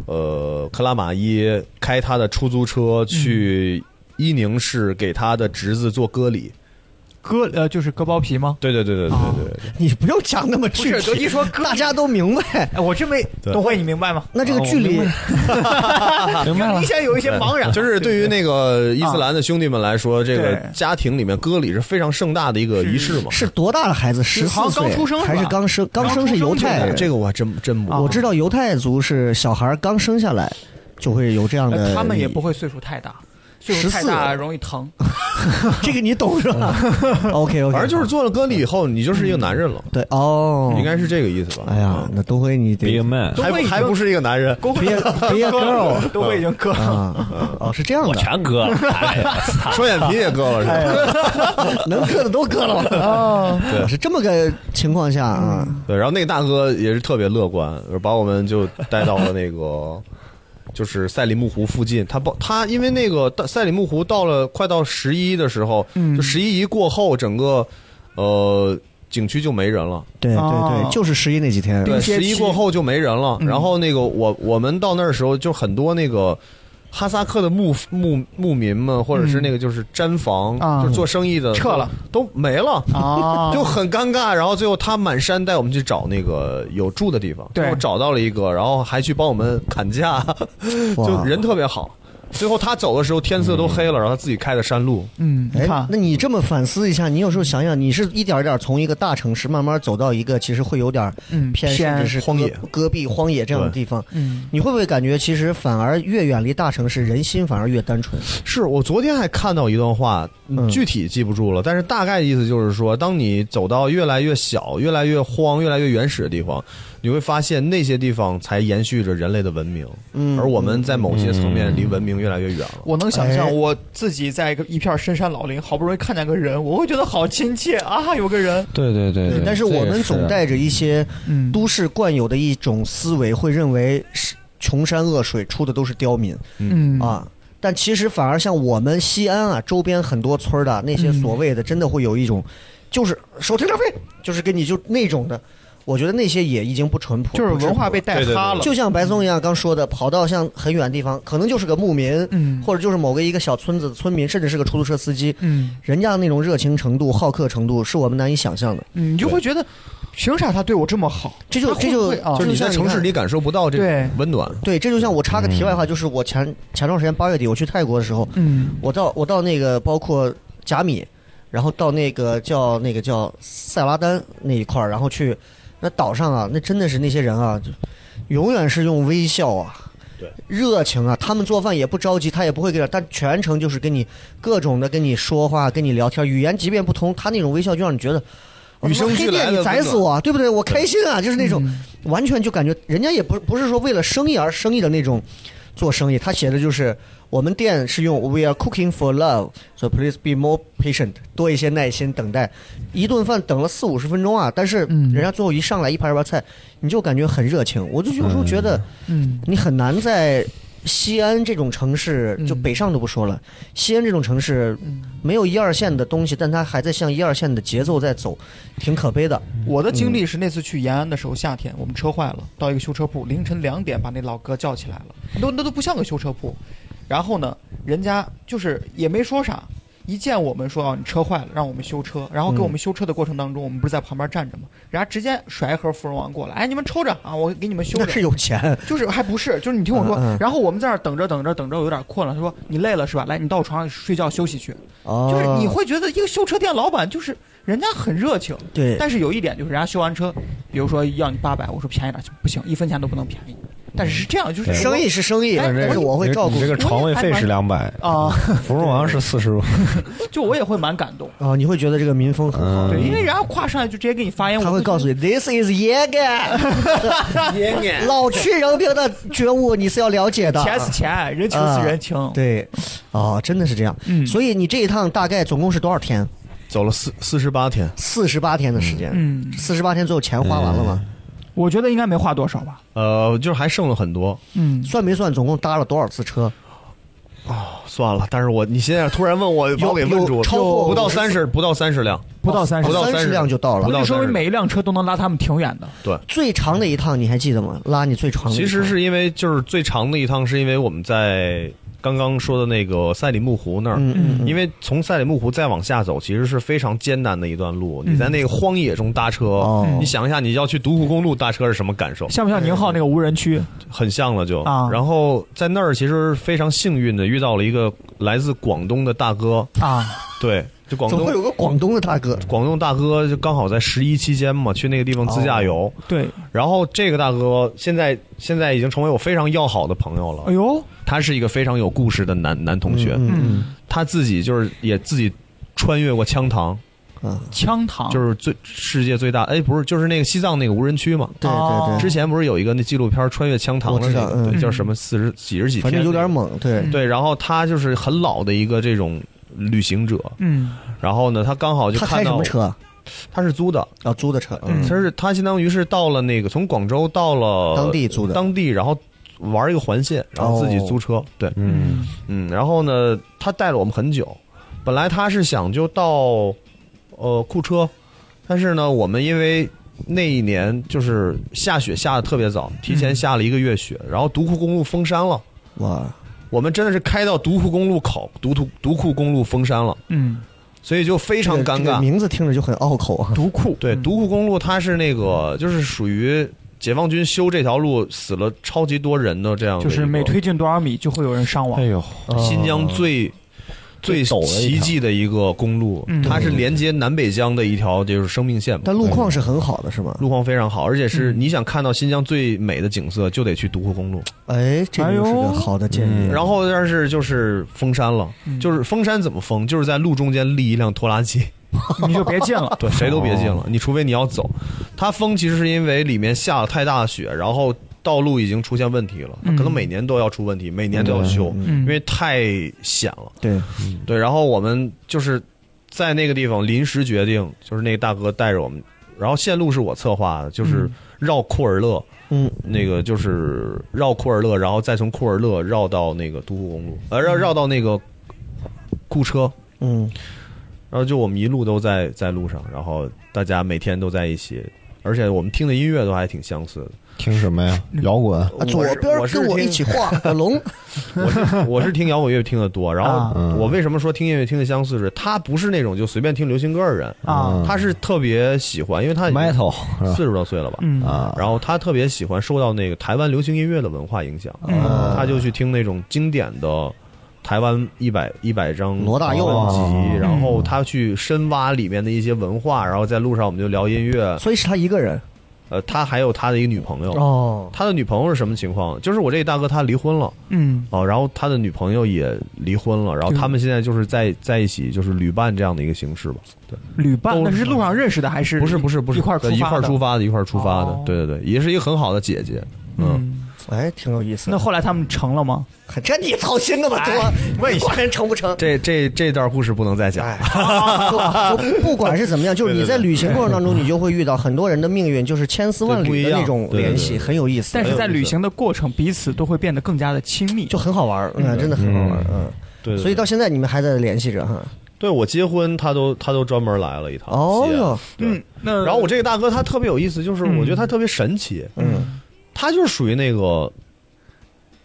S6: 呃克拉玛依开他的出租车去伊宁市给他的侄子做割礼，
S4: 割呃就是割包皮吗？
S6: 对对对对对对对，
S3: 你不用讲那么具
S4: 不是就
S3: 体，
S4: 一说
S3: 大家都明白。
S4: 哎，我真没
S6: 对
S4: 东辉，你哦明白吗？
S3: 那这个距离，
S5: 明白了
S4: 明。显有一些茫然，
S6: 就是对于那个伊斯兰的兄弟们来说，这个
S4: 对
S6: 家庭里面割礼是非常盛大的一个仪式嘛。
S3: 是多大的孩子？十四
S4: 好像
S3: 岁
S4: 刚出生是吧
S3: 还是刚生？刚生是犹太
S6: 哎
S3: 人。
S6: 这个我还真真不
S4: 啊
S3: 我知道犹太族是小孩刚生下来就会有这样的，
S4: 呃他们也不。会岁数太大，岁数太大
S3: 14
S4: 容易疼。
S3: 这个你懂是吧？OK OK，
S6: 反正就是做了割礼以后，你就是一个男人了，
S3: 对哦，
S6: 应该是这个意思吧？
S3: 哎呀，那东辉你
S5: Big
S3: 得
S5: man，
S6: 还
S4: 东北已
S6: 不
S4: 经
S6: 还不是一个男人，
S4: 工会
S3: 别 别 girl
S4: 都会已经割了。
S3: 啊，哦是这样
S5: 我
S3: 的，
S5: 全割了。哎呀
S6: 双眼皮也割了是吧？
S3: 能割的都割了吧？
S4: 哦，
S6: 对
S3: 是这么个情况下啊，
S6: 对，然后那个大哥也是特别乐观，把我们就带到了那个就是赛里木湖附近。他报他因为那个到赛里木湖到了快到十一的时候，
S4: 嗯
S6: 就十一一过后，整个呃景区就没人了。
S3: 对对
S4: 哦
S3: 对，就是十一那几天，
S6: 对，
S4: 歇
S6: 十一
S4: 期嗯
S6: 过后就没人了。然后那个我我们到那儿的时候，就很多那个哈萨克的牧牧牧民们，或者是那个就是毡房，
S4: 嗯啊
S6: 就是做生意的
S4: 撤了，
S6: 都没了。
S4: 啊，
S6: 就很尴尬，然后最后他满山带我们去找那个有住的地方，
S4: 对
S6: 最后找到了一个，然后还去帮我们砍价，就人特别好。最后他走的时候天色都黑了，然后他自己开的山路，
S4: 嗯，你嗯
S3: 哎
S4: 看，
S3: 那你这么反思一下，你有时候想想，你是一点儿一点儿从一个大城市慢慢走到一个其实会有点儿
S4: 嗯
S3: 偏，
S4: 偏
S3: 甚至是
S6: 荒野
S3: 戈戈壁、荒野这样的地方，
S4: 嗯，
S3: 你会不会感觉其实反而越远离大城市，人心反而越单纯？
S6: 是我昨天还看到一段话，
S3: 嗯
S6: 具体记不住了，但是大概意思就是说，当你走到越来越小、越来越荒、越来越原始的地方，你会发现那些地方才延续着人类的文明，
S3: 嗯
S6: 而我们在某些层面离文明越来越远了。
S4: 我能想
S3: 哎
S4: 象我自己在一个一片深山老林，好不容易看见个人，我会觉得好亲切啊，有个人，
S5: 对对对对
S3: 但是我们
S5: 啊
S3: 总带着一些
S4: 嗯
S3: 都市惯有的一种思维，会认为是穷山恶水出的都是刁民
S4: 嗯，
S3: 啊。但其实反而像我们西安啊，周边很多村儿的那些
S4: 嗯
S3: 所谓的，真的会有一种，就是收停车费，就是跟你就那种的，我觉得那些也已经不淳朴，
S4: 就是
S3: 不质
S4: 文化
S3: 朴
S4: 被带
S6: 对对对
S4: 哈了，
S3: 就像白松一样刚说的，跑到像很远的地方，可能就是个牧民，
S4: 嗯
S3: 或者就是某个一个小村子的村民，甚至是个出租车司机，
S4: 嗯
S3: 人家那种热情程度、好客程度，是我们难以想象的。
S4: 嗯，你就会觉得，凭啥他对我这么好？
S3: 这就
S4: 他
S3: 这就
S4: 会不会啊
S6: 就是
S3: 就
S6: 你
S3: 像
S6: 在城市
S3: 看
S6: 里感受不到这
S4: 对
S6: 种温暖，
S3: 对，这就像我插个题外话，就是我前前段时间八月底我去泰国的时候，
S4: 嗯
S3: 我到我到那个包括甲米，然后到那个叫那个叫塞拉丹那一块儿，然后去那岛上啊，那真的是那些人啊，就永远是用微笑啊。
S6: 对，
S3: 热情啊！他们做饭也不着急，他也不会给点，但全程就是跟你各种的跟你说话，跟你聊天，语言即便不通，他那种微笑就让你觉得，我
S6: 与
S3: 他妈黑
S6: 生俱来
S3: 店
S6: 的
S3: 你宰
S6: 温
S3: 死
S6: 暖
S3: 我啊，对不对？我开心啊，就是那种、
S4: 嗯
S3: 完全就感觉人家也不不是说为了生意而生意的那种做生意，他写的就是我们店是用 We are cooking for love, so please be more patient，多一些耐心等待。一顿饭等了四五十分钟啊，但是
S4: 嗯
S3: 人家最后一上来一盘一盘菜，你就感觉很热情。我就有时候觉得
S4: 嗯，
S3: 你很难在。西安这种城市，就
S4: 嗯
S3: 北上都不说了，西安这种城市没有一二线的东西，但它还在向一二线的节奏在走，挺可悲的。
S4: 我的经历是那次去延安的时候，夏天我们车坏了，到一个修车铺，凌晨两点把那老哥叫起来了，那那都不像个修车铺。然后呢，人家就是也没说啥，一见我们说啊你车坏了，让我们修车。然后给我们修车的过程当中，我们不是在旁边站着吗？人家直接甩一盒芙蓉王过来，哎，你们抽着啊，我给你们修
S3: 那
S4: 着。
S3: 是有钱，
S4: 就是还不是，就是你听我说，
S3: 嗯嗯
S4: 然后我们在那儿等着等着等着，我有点困了。他说你累了是吧？来，你到我床上睡觉休息去。
S3: 哦
S4: 就是你会觉得一个修车店老板就是人家很热情，
S3: 对
S4: 但是有一点就是人家修完车，比如说要你八百，我说便宜点行不行，一分钱都不能便宜。但是是这样，就是我
S3: 生意是生意，
S4: 哎
S3: 但是我会照顾
S5: 你这个床位费是两百，
S4: 啊、
S5: 芙蓉王是四十五。
S4: 就我也会蛮感动，
S3: 啊，你会觉得这个民风很
S6: 嗯
S3: 好，
S4: 对，因为人家跨上来就直接给你发言，
S3: 他
S4: 我
S3: 会
S4: 就
S3: 告诉 你 this is 耶 干，
S6: 爷爷
S3: 老去人病的觉悟你是要了解的。
S4: 钱是钱，人情
S3: 啊
S4: 是人情，
S3: 对，哦，真的是这样。
S4: 嗯
S3: 所以你这一趟大概总共是多少天？
S6: 走了四四十八天，
S3: 四十八天的时间。
S4: 嗯，
S3: 四十八天最后钱花完了吗？
S6: 嗯
S4: 我觉得应该没花多少吧，
S6: 呃，就是还剩了很多，
S4: 嗯，
S3: 算没算总共搭了多少次车？
S6: 算了。但是我你现在突然问我，把我给问住
S3: 有
S6: 了，
S3: 超过
S6: 不到三十，不到三十辆，
S4: 不到三十
S6: 不，到
S3: 30
S6: 30
S3: 哦辆就到了
S6: 不
S4: 我
S6: 到
S4: 就说
S6: 三
S4: 明
S6: 十。
S4: 每一辆车都能拉他们挺远的，
S3: 最长的一趟你还记得吗？拉你最长的一趟。
S6: 其实是因为就是最长的一趟，是因为我们在刚刚说的那个赛里木湖那儿，
S3: 嗯嗯嗯
S6: 因为从赛里木湖再往下走，其实是非常艰难的一段路。你在那个荒野中搭车，
S3: 嗯哦
S6: 你想一下，你要去独湖公路搭车是什么感受？
S4: 像不像宁浩那个无人区？
S6: 很像了就。
S4: 啊
S6: 然后在那儿其实非常幸运的遇到了一个来自广东的大哥，
S4: 啊，
S6: 对，就广
S3: 总
S6: 东
S3: 会有个广东的大哥。
S6: 广东大哥就刚好在十一期间嘛，去那个地方自驾游。
S3: 哦
S4: 对，
S6: 然后这个大哥现在现在已经成为我非常要好的朋友
S4: 哎
S6: 了。
S4: 呦，
S6: 他是一个非常有故事的男男同学，
S3: 嗯
S6: 他自己就是也自己穿越过羌塘，
S3: 嗯啊，
S4: 羌塘
S6: 就是是最世界最大哎，不是就是那个西藏那个无人区嘛。
S3: 对
S4: 哦
S3: 对对，
S6: 之前不是有一个那纪录片穿越羌塘的那
S3: 我知道
S6: 个，对
S3: 嗯
S6: 叫什么四十几十几天，
S3: 反正有点。猛，对。
S6: 对，然后他就是很老的一个这种旅行者，
S4: 嗯，
S6: 然后呢，他刚好就
S3: 他
S6: 看
S3: 开什
S6: 到
S3: 么车啊？
S6: 他是租的，
S3: 啊，租的车。
S6: 嗯，他是他相当于是到了那个从广州到了
S3: 当地租的
S6: 当地，然后玩一个环线，然后自己
S3: 哦
S6: 租车，对，
S5: 嗯，
S6: 嗯，然后呢，他带了我们很久，本来他是想就到呃库车，但是呢，我们因为那一年就是
S3: 嗯
S6: 下雪下的特别早，提前下了一个月雪，然后独库公路封山了。
S3: 哇，
S6: 我们真的是开到独库公路口，独库独库公路封山了，
S4: 嗯，
S6: 所以就非
S3: 这个
S6: 常尴
S3: 这个
S6: 尬。
S3: 名字听着就很拗口啊。
S4: 独库
S6: 对，
S4: 嗯
S6: 独库公路它是那个就是属于解放军修这条路死了超级多人的这样的一
S4: 就
S6: 个，
S4: 是每推进多少米就会有人伤亡。
S5: 哎呦，
S6: 新疆最。最
S5: 啊最陡的一
S6: 奇
S5: 条
S6: 迹的一个公路
S4: 嗯，
S6: 它是连接南北疆的一条就是生命线嘛。
S3: 但路况是很好的，是吗？
S6: 路况非常好，而且是
S4: 嗯
S6: 你想看到新疆最美的景色，就得去独库公路。
S3: 哎，这个又是
S4: 哎
S3: 个
S4: 呦
S3: 好的建议。
S5: 嗯
S6: 然后但是就是封山了，
S4: 嗯
S6: 就是封山怎么封？就是在路中间立一辆拖拉机，
S4: 你就别进了。
S6: 对，谁都别进了
S5: 哦，
S6: 你除非你要走。它封其实是因为里面下了太大的雪，然后道路已经出现问题了，
S4: 嗯
S6: 可能每年都要出问题，每年都要修，
S3: 嗯
S4: 嗯，
S6: 因为太险了。
S3: 对，
S6: 对，然后我们就是在那个地方临时决定，就是那个大哥带着我们，然后线路是我策划的，就是绕库尔勒。
S3: 嗯，
S6: 那个就是绕库尔勒，然后再从库尔勒绕到那个独库公路，呃，绕绕到那个库车，
S3: 嗯，
S6: 然后就我们一路都在在路上，然后大家每天都在一起，而且我们听的音乐都还挺相似的。
S7: 听什么呀？摇滚。
S3: 啊左
S6: 是
S3: 边
S6: 我是
S3: 跟我
S6: 听
S3: 一起画个 龙。
S6: 我是我是听摇滚乐听的多，然后
S4: 啊
S7: 嗯
S6: 我为什么说听音乐听的相似是，他不是那种就随便听流行歌的人，
S4: 啊，
S7: 嗯
S6: 他是特别喜欢，因为他已经
S5: metal
S6: 四十多岁了吧，
S4: 嗯
S7: 啊，
S6: 然后他特别喜欢受到那个台湾流行音乐的文化影响，
S4: 嗯
S6: 他就去听那种经典的台湾一百一百张
S3: 罗大佑啊
S6: 专辑，
S7: 嗯
S6: 然后他去深挖里面的一些文化，然后在路上我们就聊音乐。
S3: 所以是他一个人
S6: 呃，他还有他的一个女朋友，
S3: 哦，
S6: 他的女朋友是什么情况？就是我这大哥他离婚了
S4: 嗯
S6: 哦，然后他的女朋友也离婚了，然后他们现在就是在在一起，就是旅伴这样的一个形式吧。
S4: 旅伴
S6: 都
S4: 那是路上认识的还是
S6: 不是不是不是
S4: 一块儿出
S6: 对一块
S4: 发
S6: 儿
S4: 的
S6: 出发的，一块儿出发的
S4: 哦。
S6: 对对对，也是一个很好的姐姐。嗯，
S4: 嗯，
S3: 哎，挺有意思
S4: 那
S3: 的。
S4: 后来他们成了吗？
S3: 那这你操心那么
S6: 哎
S3: 多，问一下人成不成？
S6: 这这这段故事不能再讲。
S3: 哎， 不不管是怎么样，就是你在旅行过程当中，你就会遇到很多人的命运，就是千丝万
S6: 嗯对不
S3: 缕
S6: 一
S3: 的
S6: 样
S3: 那种
S6: 对对
S3: 联
S6: 对
S3: 系，很有意思。
S4: 但是在
S6: 哎呦
S4: 旅行的过程，彼此都会变得更加的亲密。
S3: 就很好玩儿，嗯，真的很好玩儿，嗯。
S6: 对，对
S3: 所以
S6: 对
S3: 到现在你们还在联系着哈？
S6: 对我结婚，他都他都专门来了一趟。
S3: 哦
S6: 西安
S3: 哟，
S6: 对
S4: 嗯，那
S6: 然后我这个大哥他特别有意思，就是
S4: 嗯
S6: 我觉得他特别神奇，
S3: 嗯
S6: 他就是属于那个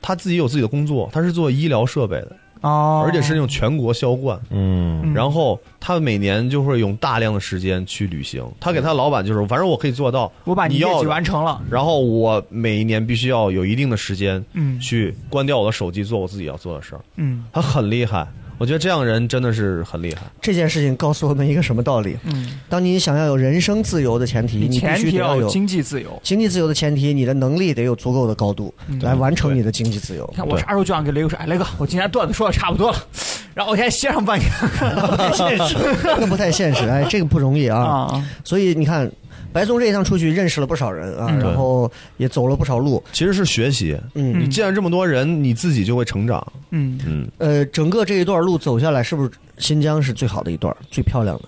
S6: 他自己有自己的工作，他是做医疗设备的，
S4: 哦，
S6: 而且是那种全国销冠。
S5: 嗯，
S4: 嗯
S6: 然后他每年就会用大量的时间去旅行，他给他老板就是，反正我可以做到，
S4: 我把你
S6: 你
S4: 业
S6: 要
S4: 绩
S6: 的
S4: 完成了，
S6: 然后我每一年必须要有一定的时间
S4: 嗯
S6: 去关掉我的手机，做我自己要做的事儿。
S4: 嗯
S6: 他很厉害，我觉得这样的人真的是很厉害。
S3: 这件事情告诉我们一个什么道理？
S4: 嗯，
S3: 当你想要有人生自由的前提，你必
S4: 前
S3: 须
S4: 提
S3: 得
S4: 要
S3: 有
S4: 有经济自由。
S3: 经济自由的前提，你的能力得有足够的高度
S4: 嗯
S3: 来完成你的经济自由
S4: 你。看我啥时候就想给雷哥说，哎，雷哥，我今天段子说的差不多了， 然后我先歇上半天
S3: 那不太 现实，哎，这个不容易啊。
S4: 啊，
S3: 所以你看，白松这一趟出去认识了不少人啊，
S4: 嗯
S3: 然后也走了不少路。
S6: 其实是学习，
S3: 嗯，
S6: 你见了这么多人，你自己就会成长。
S4: 嗯，
S6: 嗯，
S3: 呃，整个这一段路走下来，是不是新疆是最好的一段，最漂亮的？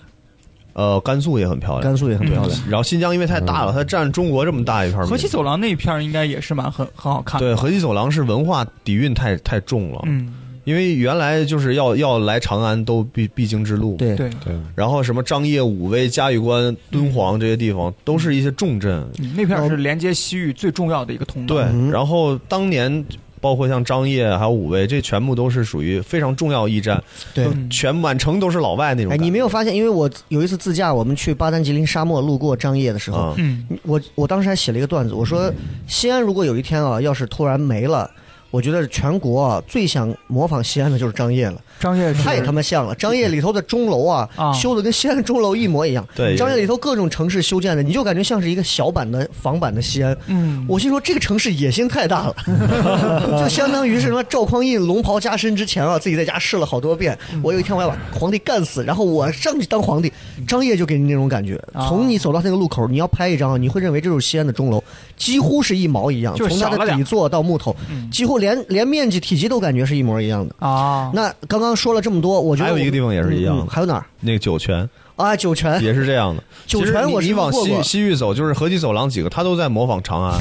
S6: 呃，甘肃也很漂亮，
S3: 甘肃也嗯很漂亮。
S4: 嗯
S6: 然后新疆因为太大了，它占中国这么大一片儿面积。
S4: 河西走廊那一片儿应该也是蛮很很好看的。
S6: 对河西走廊是文化底蕴太太重了，
S4: 嗯，
S6: 因为原来就是要要来长安都必必经之路。，
S3: 对，
S4: 对，
S7: 对，
S6: 然后什么张掖、武威、嘉峪关、敦
S3: 嗯
S6: 煌这些地方都是一些重镇。
S4: 嗯那片儿是连接西域最重要的一个通道。
S6: 对，
S3: 嗯
S6: 然后当年。包括像张掖还有武威，这全部都是属于非常重要驿站，
S3: 对
S6: 就全满城都是老外那种
S3: 哎，
S6: 感觉。
S3: 你没有发现？因为我有一次自驾，我们去巴丹吉林沙漠路过张掖的时候，
S6: 啊？
S4: 嗯，
S3: 我我当时还写了一个段子，我说西安如果有一天啊，要是突然没了。我觉得全国啊最想模仿西安的就是张掖了，
S4: 张掖是
S3: 太他妈像了！张掖里头的钟楼啊，
S4: 啊
S3: 修的跟西安的钟楼一模一样。
S6: 对
S3: 张掖里头各种城市修建的，你就感觉像是一个小版的仿版的西安。
S4: 嗯，
S3: 我心说这个城市野心太大了， 就相当于是什么赵匡胤龙袍加身之前啊，自己在家试了好多遍。我有一天我要把皇帝干死，然后我上去当皇帝。张掖就给你那种感觉，
S4: 啊
S3: 从你走到那个路口，你要拍一张，你会认为这就是西安的钟楼，几乎是一毛一样，
S4: 就是
S3: 从它
S4: 少了
S3: 的
S4: 点嗯
S3: 底座到木头，几乎连连面积体积都感觉是一模一样的。
S4: 啊，
S3: 那刚刚说了这么多，我觉得
S6: 还有
S3: 我
S6: 一个地方也是一样
S3: 嗯嗯还有哪儿？
S6: 那个酒泉，
S3: 啊，酒 泉
S6: 也是这样的。
S3: 酒
S6: 其实
S3: 泉
S6: 你
S3: 我是
S6: 你往
S3: 路过
S6: 西
S3: 过
S6: 西域走，就是河西走廊几个，他都在模仿 长安，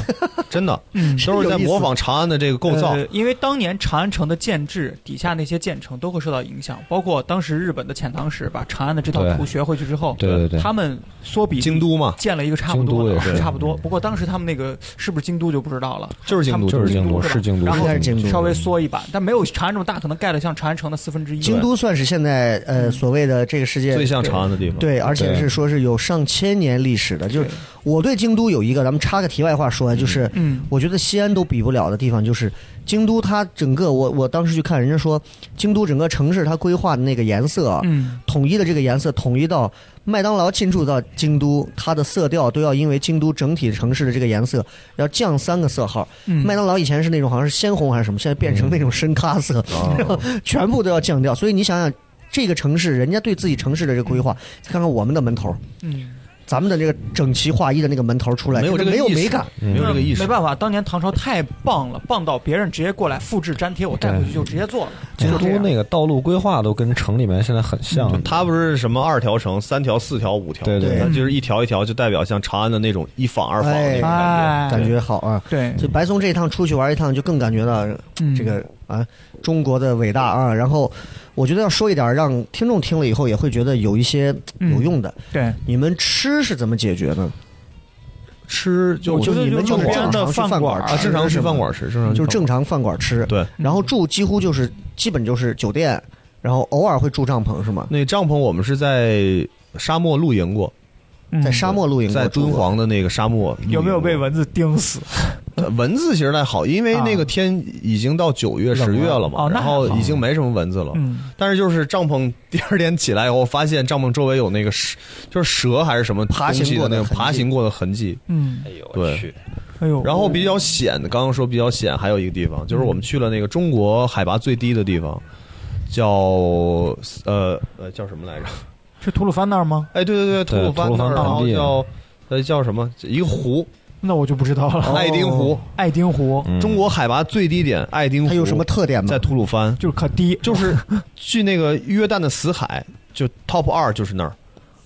S6: 真的，都是在
S3: 嗯有意思
S6: 模仿长安的这个构造。
S4: 呃因为当年长安城的建制底下那些建城都会受到影响，包括当时日本的遣唐使把长安的这套
S7: 对
S4: 图学回去之后，
S7: 对对对
S4: 他们缩比例
S6: 京都嘛，
S4: 建了一个差不多
S7: 京都
S4: 的，
S7: 也是
S4: 差不多。不过当时他们那个是不是京都就不知道了，
S6: 就是京都
S4: 他们
S7: 就是京都
S4: 吧
S7: 是京都
S4: 然
S3: 应
S4: 后
S3: 该是京都
S4: 稍微缩一版，但没有长安这么大，可能盖了像长安城的四分之一。
S3: 京都算是现在呃
S4: 嗯
S3: 所谓的这个世界
S6: 最像长安的地方。，
S3: 对，而且
S7: 对
S3: 是说是有上千年历史的。就是我对京都有一个，咱们插个题外话说啊，就是
S4: 嗯
S3: 我觉得西安都比不了的地方，就是京都它整个，我我当时去看人家说，京都整个城市它规划的那个颜色啊，
S4: 嗯，
S3: 统一的这个颜色统一到麦当劳进驻到京都，它的色调都要因为京都整体城市的这个颜色要降三个色号。
S4: 嗯
S3: 麦当劳以前是那种好像是鲜红还是什么，现在变成那种深咖色，然
S4: 哦
S3: 后全部都要降掉。所以你想想，这个城市人家对自己城市的这个规划，再看看我们的门头，
S4: 嗯，
S3: 咱们的这个整齐划一的那个门头出来，
S6: 没有
S3: 真
S6: 这个
S3: 的没有
S6: 意识
S3: 美感。
S6: 没有这个意识
S4: 没。办法，当年唐朝太棒了，棒到别人直接过来复制粘贴，我带回去就直接做了。
S7: 京
S4: 就这
S7: 都
S4: 样
S7: 那个道路规划都跟城里面现在很像，
S6: 它不是什么二条城、三条、四条、五条，
S7: 对对
S6: 它就是一条一条，就代表像长安的那种一坊二坊的那种
S4: 哎
S6: 感觉。
S3: 感觉好啊！
S4: 对，
S3: 就白松这一趟出去玩一趟，就更感觉到
S4: 嗯
S3: 这个啊中国的伟大啊。然后我觉得要说一点，让听众听了以后也会觉得有一些
S4: 嗯
S3: 有用的。
S4: 对。
S3: 你们吃是怎么解决呢？
S6: 吃就
S3: 我觉得
S6: 你们
S3: 就
S6: 正
S3: 是
S6: 常
S3: 正常去饭馆
S6: 啊，正常去饭馆吃，正常去
S3: 就是正
S6: 饭
S3: 常饭馆吃。
S6: 嗯馆。对，
S3: 然后住几乎就是基本就是酒店，然后偶尔会住帐篷是吗？
S6: 那帐篷我们是在沙漠露营过，
S4: 嗯
S3: 在沙漠露营，
S6: 在敦。煌的那个沙漠露营过。
S4: 有没有被蚊子叮死？
S6: 呃？蚊子其实还好，因为那个天已经到九月、十月了
S4: 哦
S6: 嘛，
S4: 那
S6: 然
S4: 还好
S6: 后已经没什么蚊子了。
S4: 嗯，
S6: 但是就是帐篷第二天起来以后，发现帐篷周围有那个蛇，就是蛇还是什么
S3: 爬行
S6: 东西
S3: 过
S6: 的
S3: 的
S6: 那种
S3: 痕迹
S6: 爬行过的痕迹。
S4: 嗯，
S5: 哎呦
S6: 对
S5: 我去，
S4: 哎呦，
S6: 然后比较险的，刚刚说比较险，还有一个地方就是我们去了那个中国海拔最低的地方，叫呃呃叫什么来着？
S4: 是吐鲁番那儿吗？
S6: 哎，对对对，吐鲁番
S7: 吐鲁
S6: 那
S7: 番
S6: 儿，
S7: 盆
S6: 然后
S7: 地
S6: 叫呃叫什么？一个湖，
S4: 那我就不知道
S3: 哦
S4: 了。
S6: 爱丁湖，
S4: 爱丁湖
S5: 嗯
S6: 中国海拔最低点，爱丁湖。
S3: 它有什么特点吗
S6: 在？吐鲁番，
S4: 就是可低，
S6: 就是距那个约旦的死海，就 top 二就是那儿，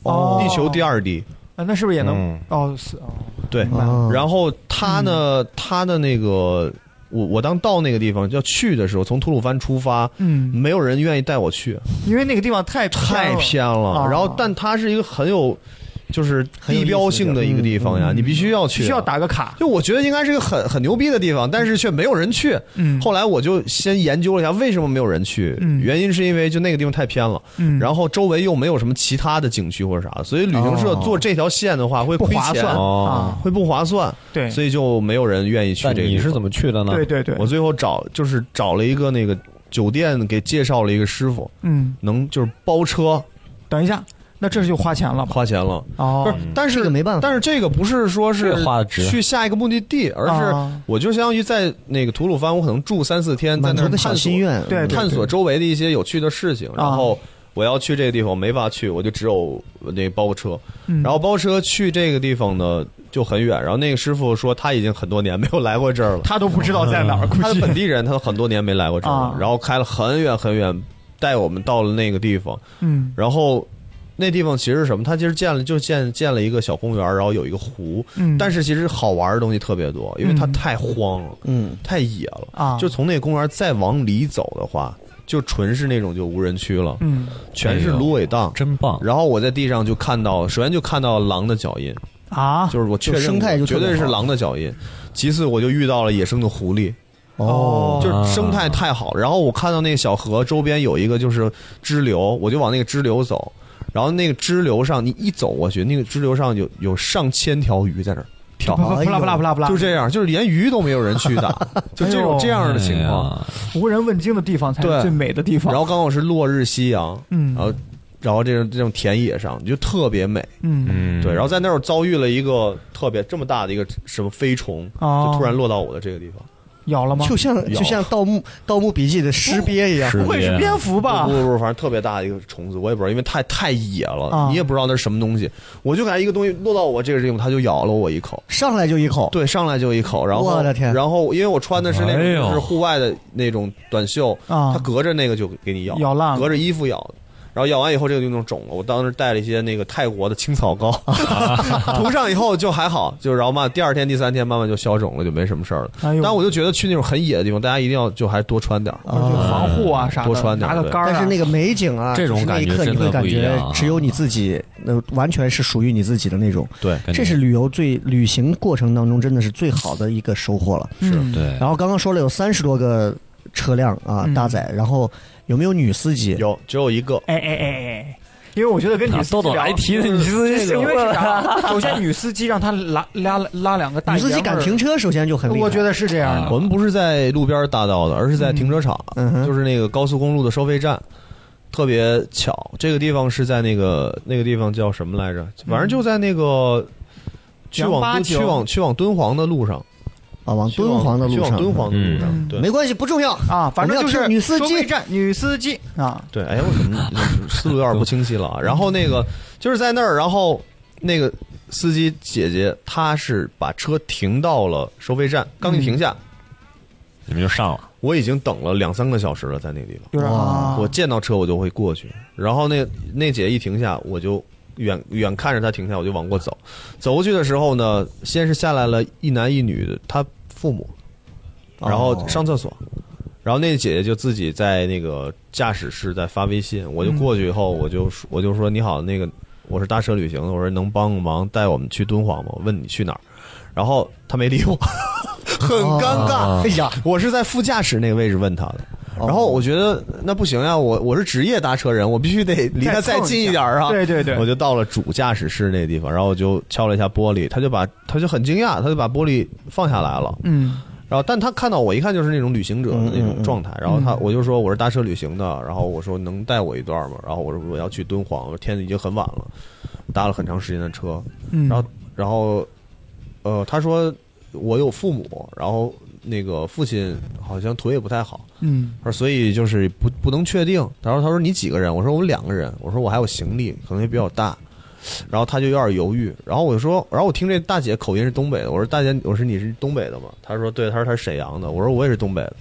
S4: 哦
S6: 地球第二低。
S4: 啊那是不是也能
S7: 嗯
S4: 哦是哦，
S6: 对，
S3: 啊
S6: 然后他呢，他的那个。我我当到那个地方要去的时候，从吐鲁番出发，
S4: 嗯，
S6: 没有人愿意带我去，
S4: 因为那个地方太
S6: 太
S4: 偏
S6: 偏了。
S4: 啊
S6: 然后，但它是一个很有就是地标性的一个地方呀，你必须要去，
S4: 需要。打个卡。
S6: 就我觉得应该是个很很牛逼的地方，但是却没有人去。
S4: 嗯
S6: 后来我就先研究了一下为什么没有人去，
S4: 嗯
S6: 原因是因为就那个地方太偏了，
S4: 嗯
S6: 然后周围又没有什么其他的景区或者啥，所以旅行社
S3: 哦
S6: 做这条线的话会
S4: 不
S6: 亏
S4: 划
S6: 钱
S4: 算
S5: 哦
S4: 啊，
S6: 会不划算，
S4: 对
S6: 所以就没有人愿意去
S7: 但
S6: 这个。
S7: 你是怎么去的呢？
S4: 对对对，
S6: 我最后找就是找了一个那个酒店给介绍了一个师傅，
S4: 嗯，
S6: 能就是包车
S4: 等一下，那这就花钱了吧？
S6: 花钱了。不
S4: 哦
S6: 是，，但
S3: 这个
S6: 是
S3: 没办法
S6: 嗯但是这个不是说是
S7: 这个花的值
S6: 去下一个目的地，而
S4: 啊
S6: 是我就相当于在那个吐鲁番，我可能住三四天，在
S3: 满
S6: 那
S3: 足
S6: 儿
S3: 个
S6: 探
S3: 小
S6: 索
S3: 心愿，
S4: 对对啊
S6: 探索周围的一些有趣的事情，然后。我要去这个地方，我没法去，我就只有那包个车，
S4: 嗯
S6: 然后包车去这个地方呢就很远。然后那个师傅说他已经很多年没有来过这儿了，
S4: 他都不知道在哪儿，估
S6: 嗯他的
S4: 计
S6: 本地人，他很多年没来过这儿了
S4: 啊，
S6: 然后开了很远很远，带我们到了那个地方，
S4: 嗯
S6: 然后那地方其实是什么？它其实建了就建建了一个小公园，然后有一个湖，
S4: 嗯，
S6: 但
S4: 是
S6: 是其实好玩的东西特别多，因为它
S4: 嗯
S6: 太荒了，
S3: 嗯，
S6: 太野了
S4: 啊
S6: 就从那公园再往里走的话，就纯是那种就无人区了，
S4: 嗯
S6: 全是芦苇
S3: 哎
S6: 荡。
S5: 真棒！
S6: 然后我在地上就看到，首先就看到狼的脚印，
S4: 啊，
S6: 就是我确认
S3: 就生态就
S6: 绝
S3: 特别
S6: 对是
S3: 好
S6: 狼的脚印。其次，我就遇到了野生的狐狸，
S4: 哦
S6: 就是生态太好。然后我看到那个小河周边有一个就是支流，我就往那个支流走。然后那个支流上，你一走过去，那个支流上有有上千条鱼在那儿跳
S4: 不， 不不啦不啦不啦不啦，
S6: 哎就这样，就是连鱼都没有人去打，就这种这样的情况。
S5: 哎呀，
S4: 无人问津的地方才是
S6: 对
S4: 最美的地方。
S6: 然后刚好是落日夕阳，
S4: 嗯
S6: 然后然后这种这种田野上就特别美，
S4: 嗯
S5: 嗯，
S6: 对。然后在那儿遭遇了一个特别这么大的一个什么飞虫，
S4: 哦
S6: 就突然落到我的这个地方。
S4: 咬了吗？
S3: 嗯就像
S6: 有
S3: 就像《盗墓盗墓笔记》的尸鳖一样，
S5: 是
S4: 不会是蝙蝠吧
S6: 不？不不，反正特别大的一个虫子，我也不知道，因为太太野了，
S4: 啊
S6: 你也不知道那是什么东西。我就感觉一个东西落到我这个地方，它就咬了我一口。
S3: 上来就一口，
S6: 对，上来就一口，然后
S3: 我的天
S6: 然后因为我穿的是那
S5: 哎
S6: 种
S5: 呦
S6: 就是户外的那种短袖，
S4: 啊
S6: 它隔着那个就给你咬，
S4: 咬烂了
S6: 隔着衣服咬。然后咬完以后这个就弄肿了。我当时带了一些那个泰国的青 草膏，涂上以后就还好，就然后嘛，第二天、第三天慢慢就消肿了，就没什么事儿了。
S4: 哎呦
S6: 但我就觉得去那种很野的地方，大家一定要就还多穿点儿，
S4: 或者就防护啊啥的，
S6: 嗯多穿点
S4: 拿个
S6: 对
S4: 杆儿啊。
S3: 但是那个美景啊，
S5: 这种
S3: 就是那一
S5: 感
S3: 刻
S5: 觉
S3: 你
S5: 真的
S3: 会感
S5: 不一
S3: 觉
S5: 样啊
S3: 只有你自己，那完全是属于你自己的那种。
S6: 对
S5: 感觉
S3: 这是旅游最旅行过程当中真的是最好的一个收获了。
S5: 嗯
S4: 是
S5: 对，
S3: 然后刚刚说了有三十多个车辆啊
S4: 嗯
S3: 搭载，然后有没有女司机？
S6: 有只有一个，
S4: 哎哎哎哎，因为我觉得跟女
S5: 啊
S4: 司
S5: 豆
S4: 机
S5: 豆
S4: 聊
S5: 来提的，你
S4: 这
S5: 自己
S4: 个因为是啥？首先，女司机让他拉拉拉两个大
S3: 女司机
S4: 爷们儿
S3: 敢停，车，首先就很厉害。
S4: 我觉，得是这样的。
S6: 啊我们不是在路边大道的，而是在停车场，
S3: 嗯哼
S6: 就是那个高速公路的收费站。特别巧，这个地方是在那个那个地方叫什么来着？反正就在那
S3: 嗯
S6: 个去往
S4: 289
S6: 去往去往敦煌的路上，
S3: 啊，往
S6: 去
S3: 敦煌的
S6: 去
S3: 路
S6: 往
S3: 上，
S6: 敦煌的路
S4: 嗯
S6: 上，对
S3: 没关系，不重要。
S4: 啊，反正就
S3: 我们要
S4: 是
S3: 听女司机
S4: 收费站女司机啊，
S6: 对。哎，我怎 么思路有点不清晰了
S3: 嗯
S6: 啊？然后那个就是在那儿，然后那个司机姐姐她是把车停到了收费站，刚一停下，
S3: 嗯
S5: 你们就上了，
S6: 我已经等了两三个小时了，在那个地方。
S4: 有点啊，
S6: 我见到车我就会过去，然后那那姐一停下，我就远远看着她停下，我就往过走。走过去的时候呢，先是下来了一男一女，她父母，然后上厕所，然后那姐姐就自己在那个驾驶室在发微信，我就过去以后，我就说我就说你好，那个我是搭车旅行的，我说能帮个忙带我们去敦煌吗？我问你去哪儿，然后她没理我， 很尴
S5: 啊
S6: 尬。
S3: 哎呀，
S6: 我是在副驾驶那个位置问他的，
S4: 哦
S6: 然后我觉得那不行呀、我我是职业搭车人，我必须得离他再近一点儿啊。
S4: 对对对
S6: 我就到了主驾驶室那地方，然后我就敲了一下玻璃，他就把他就很惊讶，他就把玻璃放下来了。
S4: 嗯，
S6: 然后，但他看到我一看就是那种旅行者的那种状态。然后
S4: 嗯
S6: 他，我就说我是搭车旅行的，然后我说能带我一段吗？然后我说我要去敦煌，我说天已经很晚了，搭了很长时间的车。
S4: 嗯
S6: 然后，然后，呃，他说我有父母，然后那个父亲好像腿也不太好，
S4: 嗯，
S6: 他说所以就是不不能确定。然后他说你几个人？我说我们两个人。我说我还有行李，可能也比较大。然后他就有点犹豫，然后我就说，然后我听这大姐口音是东北的，我说大姐，我说你是东北的吗？她说对，她说她是沈阳的，我说我也是东北的，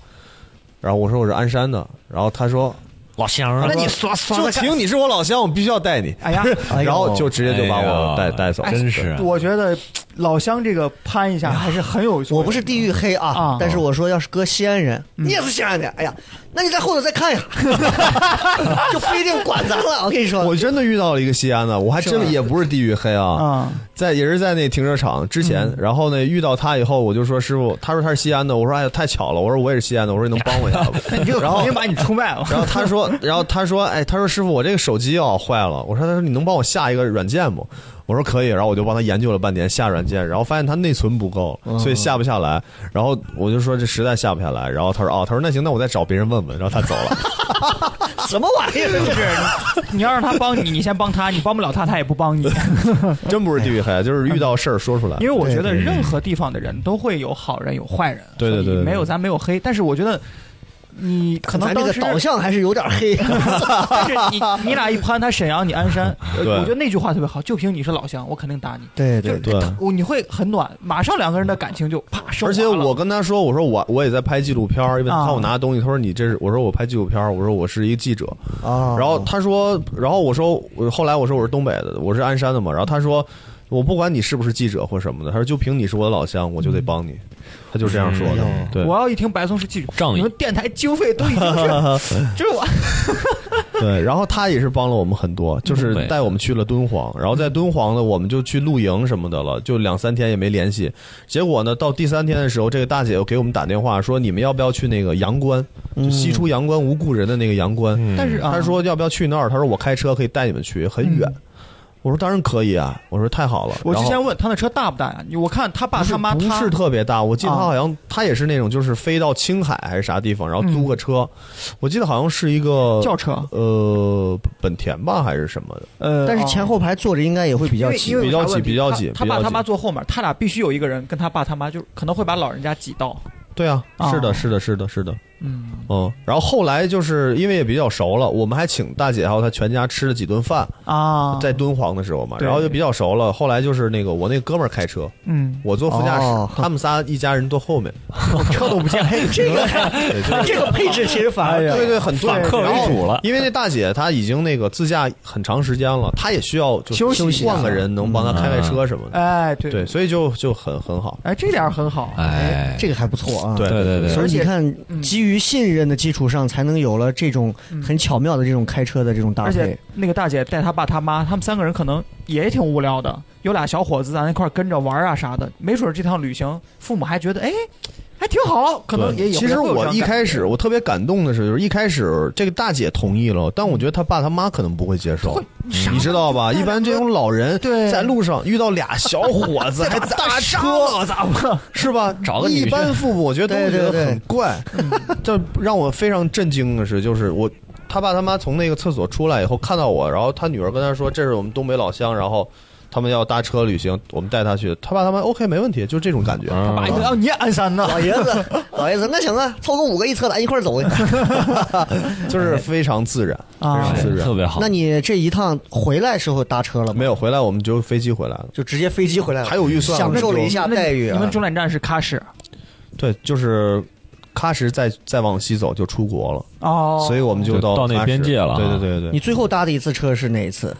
S6: 然后我说我是鞍山的，然后她说
S5: 老乡啊，
S6: 说就凭你是我老乡，我必须要带你，
S4: 哎呀，
S3: 呦
S6: 然后就直接就把我带、
S5: 哎呀
S6: 带走，
S5: 真是啊
S4: 我觉得老乡这个攀一下还是很有作用的，
S3: 我不是地域黑啊
S4: 啊，嗯
S3: 但是我说要是搁西安人，你也是西安的，哎呀，那你在后头再看呀， 就不一定管咱了。我跟你说，
S6: 我真的遇到了一个西安的，我还真的也呃不是地域黑啊，嗯
S4: 啊，
S6: 在也是在那停车场之前，然后呢遇到他以后，我就说师傅，他说他是西安的，我说哎呀太巧了，我说我也是西安的，我说你能帮我一下吗？
S4: 你这个肯
S6: 然后
S4: 定把你出卖 了。
S6: 然后他说，然后他说，哎，他说师傅，我这个手机啊坏了。我说，他说你能帮我下一个软件吗？我说可以。然后我就帮他研究了半天下软件，然后发现他内存不够，所以下不下来。然后我就说这实在下不下来。然后他说哦，他说那行，那我再找别人问问。然后他走 了。
S3: 什么玩意儿？这是
S4: 你要让他帮你，你先帮他，你帮不了他，他也不 帮你。
S6: 真不是地域黑，啊就是遇到事儿说出来
S4: 因。为我觉得任何地方的人都会有好人有坏人，
S6: 对对对
S4: 所以
S6: 对对
S4: 没有咱没有黑，但是我觉得你可能
S3: 咱这
S4: 当
S3: 个
S4: 时
S3: 导向还是有点黑。
S4: 但是你你俩一攀，他沈阳，你鞍山，呃
S6: 对
S4: 我觉得那句话特别好，就凭你是老乡，我肯定打你。
S3: 对
S4: 就
S3: 对
S4: 是
S3: 对，
S6: 对
S4: 他我你会很暖，马上两个人的感情就啪升华了。
S6: 而且我跟他说，我说我我也在拍纪录片儿，因为他
S4: 啊
S6: 看我拿的东西，他说你这是，我说我拍纪录片儿，我说我是一个记者，
S3: 啊，
S6: 然后他说，然后我说，我后来我说我是东北的，我是鞍山的嘛。然后他说，我不管你是不是记者或什么的，他说就凭你是我的老乡，我就得帮你。他就这样说的
S3: 哎呦。
S6: 对
S4: 我要一听白松是记者，
S5: 仗义
S4: 你们电台经费都已经是， 就是我
S6: 对，然后他也是帮了我们很多，就是带我们去了敦煌，然后在敦煌呢，我们就去露营什么的了，就两三天也没联系。结果呢，到第三天的时候，这个大姐又给我们打电话说，你们要不要去那个阳关？就西出阳关无故人的那个阳关。
S4: 但是啊
S6: 嗯
S4: 嗯
S6: 他说要不要去那儿？他说我开车可以带你们去，很远。我说当然可以啊！我说太好了。
S4: 我之
S6: 然后
S4: 前问他那车大不大呀？你我看他爸
S6: 不是
S4: 他妈
S6: 不
S4: 他
S6: 是特别大，我记得他
S4: 啊
S6: 好像他也是那种就是飞到青海还是啥地方，然后
S4: 嗯
S6: 租个车，我记得好像是一个
S4: 轿车
S6: 呃，本田吧还是什么的，
S4: 呃，
S3: 但是
S4: 哦
S3: 前后排坐着应该也会比
S4: 因
S3: 较
S4: 为
S3: 挤
S4: 因为
S6: 比
S4: 有
S6: 较
S4: 啥问
S6: 挤
S4: 题
S6: 比较
S4: 他
S6: 挤
S4: 他
S6: 比较
S4: 爸他
S6: 挤
S4: 妈坐后面，他俩必须有一个人跟他爸他妈，就可能会把老人家挤到。
S6: 对啊，
S4: 啊
S6: 是的，是的，是的，是的，
S4: 嗯
S6: 嗯，然后后来就是因为也比较熟了，我们还请大姐还有她全家吃了几顿饭，
S4: 啊，
S6: 在敦煌的时候嘛，
S4: 对
S6: 然后就比较熟了。后来就是那个我那哥们儿开车，
S4: 嗯，
S6: 我坐副驾驶，
S3: 哦
S6: 他们仨一家人坐后面。
S4: 车都不 见，
S3: 这个 这个配置其实反而
S6: 对对，很多
S5: 反客为主了
S6: 因为那大姐她已经那个自驾很长时间了，她也需要就
S4: 休息一下
S6: 换个人能帮她开开车什么的。
S4: 哎，对
S6: 对，，所以就就很很好。
S4: 哎，这点儿很好，
S5: 哎，
S3: 这个还不错啊。
S6: 对
S5: 对对对，
S3: 所以你看，
S4: 嗯
S3: 基于信任的基础上，才能有了这种很巧妙的这种开车的这种搭
S4: 而且
S3: 配。
S4: 那个大姐带她爸她妈，他们三个人可能也挺无聊的，有俩小伙子在那块儿跟着玩儿啊啥的，没准儿这趟旅行父母还觉得哎还挺好，可能也
S6: 对
S4: 有。
S6: 其实我一开始
S4: 会
S6: 我特别感动的是，就是一开始这个大姐同意了，但我觉得她爸她妈可能不会接受，嗯
S4: 啥
S6: 你知道吧？一般这种老人
S4: 对
S6: 在路上遇到俩小 伙子还搭车，
S4: 咋办？
S6: 是吧？
S5: 找个
S6: 一
S5: 女婿
S6: 般父母我觉得都会觉
S3: 对对对
S6: 得很怪。
S4: 嗯
S6: 这让我非常震惊的是，就是我他爸他妈从那个厕所出来以后看到我，然后他女儿跟他说：“这是我们东北老乡。”然后。他们要搭车旅行，我们带他去。他爸他妈 OK 没问题，就这种感觉。
S5: 嗯
S4: 爸一哎让你鞍山呢？
S3: 老爷子，老爷子，那行啊，凑够五个一车咱一块儿走。
S6: 就是非常自然，
S4: 啊
S6: 非常自然。
S5: 特别好
S3: 那。你这一趟回来时候搭车了吗？
S6: 没有回来，我们就飞机回来了。
S3: 就直接飞机回来了，
S6: 还有预算
S3: 享受了一下
S4: 那
S3: 待遇、
S4: 你
S3: 啊
S4: 们。终点站是喀什
S6: 对，就是喀什再再往西走就出国了，
S4: 哦，
S6: 所以我们就
S5: 就
S6: 到
S5: 到那
S6: 喀什
S5: 边界了
S6: 对对对对
S3: 你
S6: 对，
S3: 最后搭的一次车是哪一次？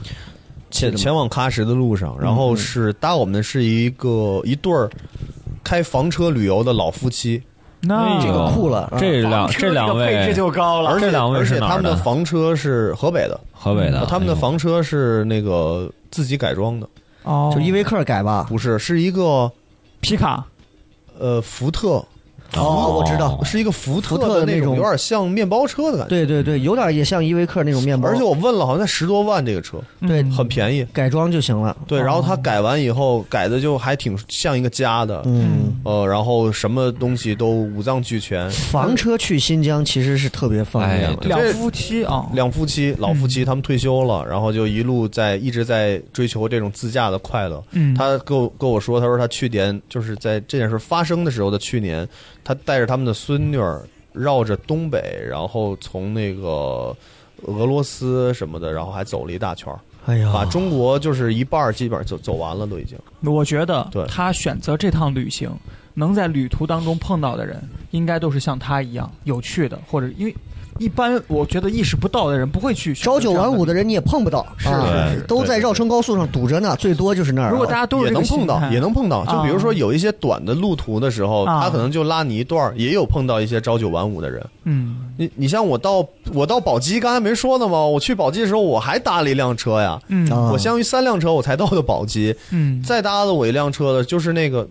S6: 前前往喀什的路上，然后是搭我们的是一个一对儿开房车旅游的老夫妻，
S4: 那
S5: 这个
S3: 酷了，啊
S5: 这两这两
S4: 配
S5: 位
S4: 置就高了，
S6: 而且
S5: 这两位
S6: 而且
S5: 是哪
S6: 他
S5: 儿
S6: 们
S5: 的
S6: 的房车是河北的，
S5: 河北的，
S6: 他们的
S5: 哎呦
S6: 房车是那个自己改装的，
S4: 哦，
S3: 就依维柯改吧。
S6: 不是是一个
S4: 皮卡
S6: 呃福特，
S3: 哦，我知道，
S6: 是一个福
S3: 福特
S6: 的
S3: 的那
S6: 那
S3: 种
S6: 有点像面包车的感觉。
S3: 对对对，有点也像依维柯那种面包，
S6: 而且我问了，好像才十多万这个车，
S3: 对
S4: 嗯
S6: 很便宜。
S3: 改装就行了。
S6: 对，然后他改完以后，改的就还挺像一个家的，
S3: 嗯，
S6: 呃，然后什么东西都五脏俱全。
S3: 房车去新疆其实是特别方便
S5: 哎
S3: 了。
S5: 对
S4: 两
S6: 这
S4: 夫妻啊，
S6: 两夫妻，老夫妻，他们退休了，然后就一路在一直在追求这种自驾的快乐。
S4: 嗯
S6: 他跟我跟我说，他说他去年就是在这件事发生的时候的去年，他带着他们的孙女儿绕着东北，然后从那个俄罗斯什么的，然后还走了一大圈儿，
S3: 哎呀，
S6: 把中国就是一半儿基本上走走完了，都已经。
S4: 我觉得
S6: 对
S4: 他选择这趟旅行，能在旅途当中碰到的人，应该都是像他一样有趣的，或者因为一般我觉得意识不到的人不会去选择
S3: 朝九
S4: 这样
S3: 晚
S4: 的
S3: 五的人你也碰不到，
S4: 是
S3: 啊
S6: 是是
S3: 都在绕城高速上堵着呢，最多就是那儿
S4: 旅
S3: 了。
S4: 行。如果大家啊都是
S6: 也
S4: 这个
S6: 能碰
S4: 心
S6: 到，
S4: 态
S6: 也能碰到。就比如说有一些短的路途的时候，
S4: 啊
S6: 他可能就拉你一段儿，也有碰到一些朝九晚五的人。
S4: 嗯
S6: 你你像我到我到宝鸡，刚才没说呢吗？我去宝鸡的时候，我还搭了一辆车呀。
S4: 嗯
S3: 啊
S6: 我相当于三辆车我才到的宝鸡，
S4: 嗯，
S6: 再搭的我一辆车的就是那个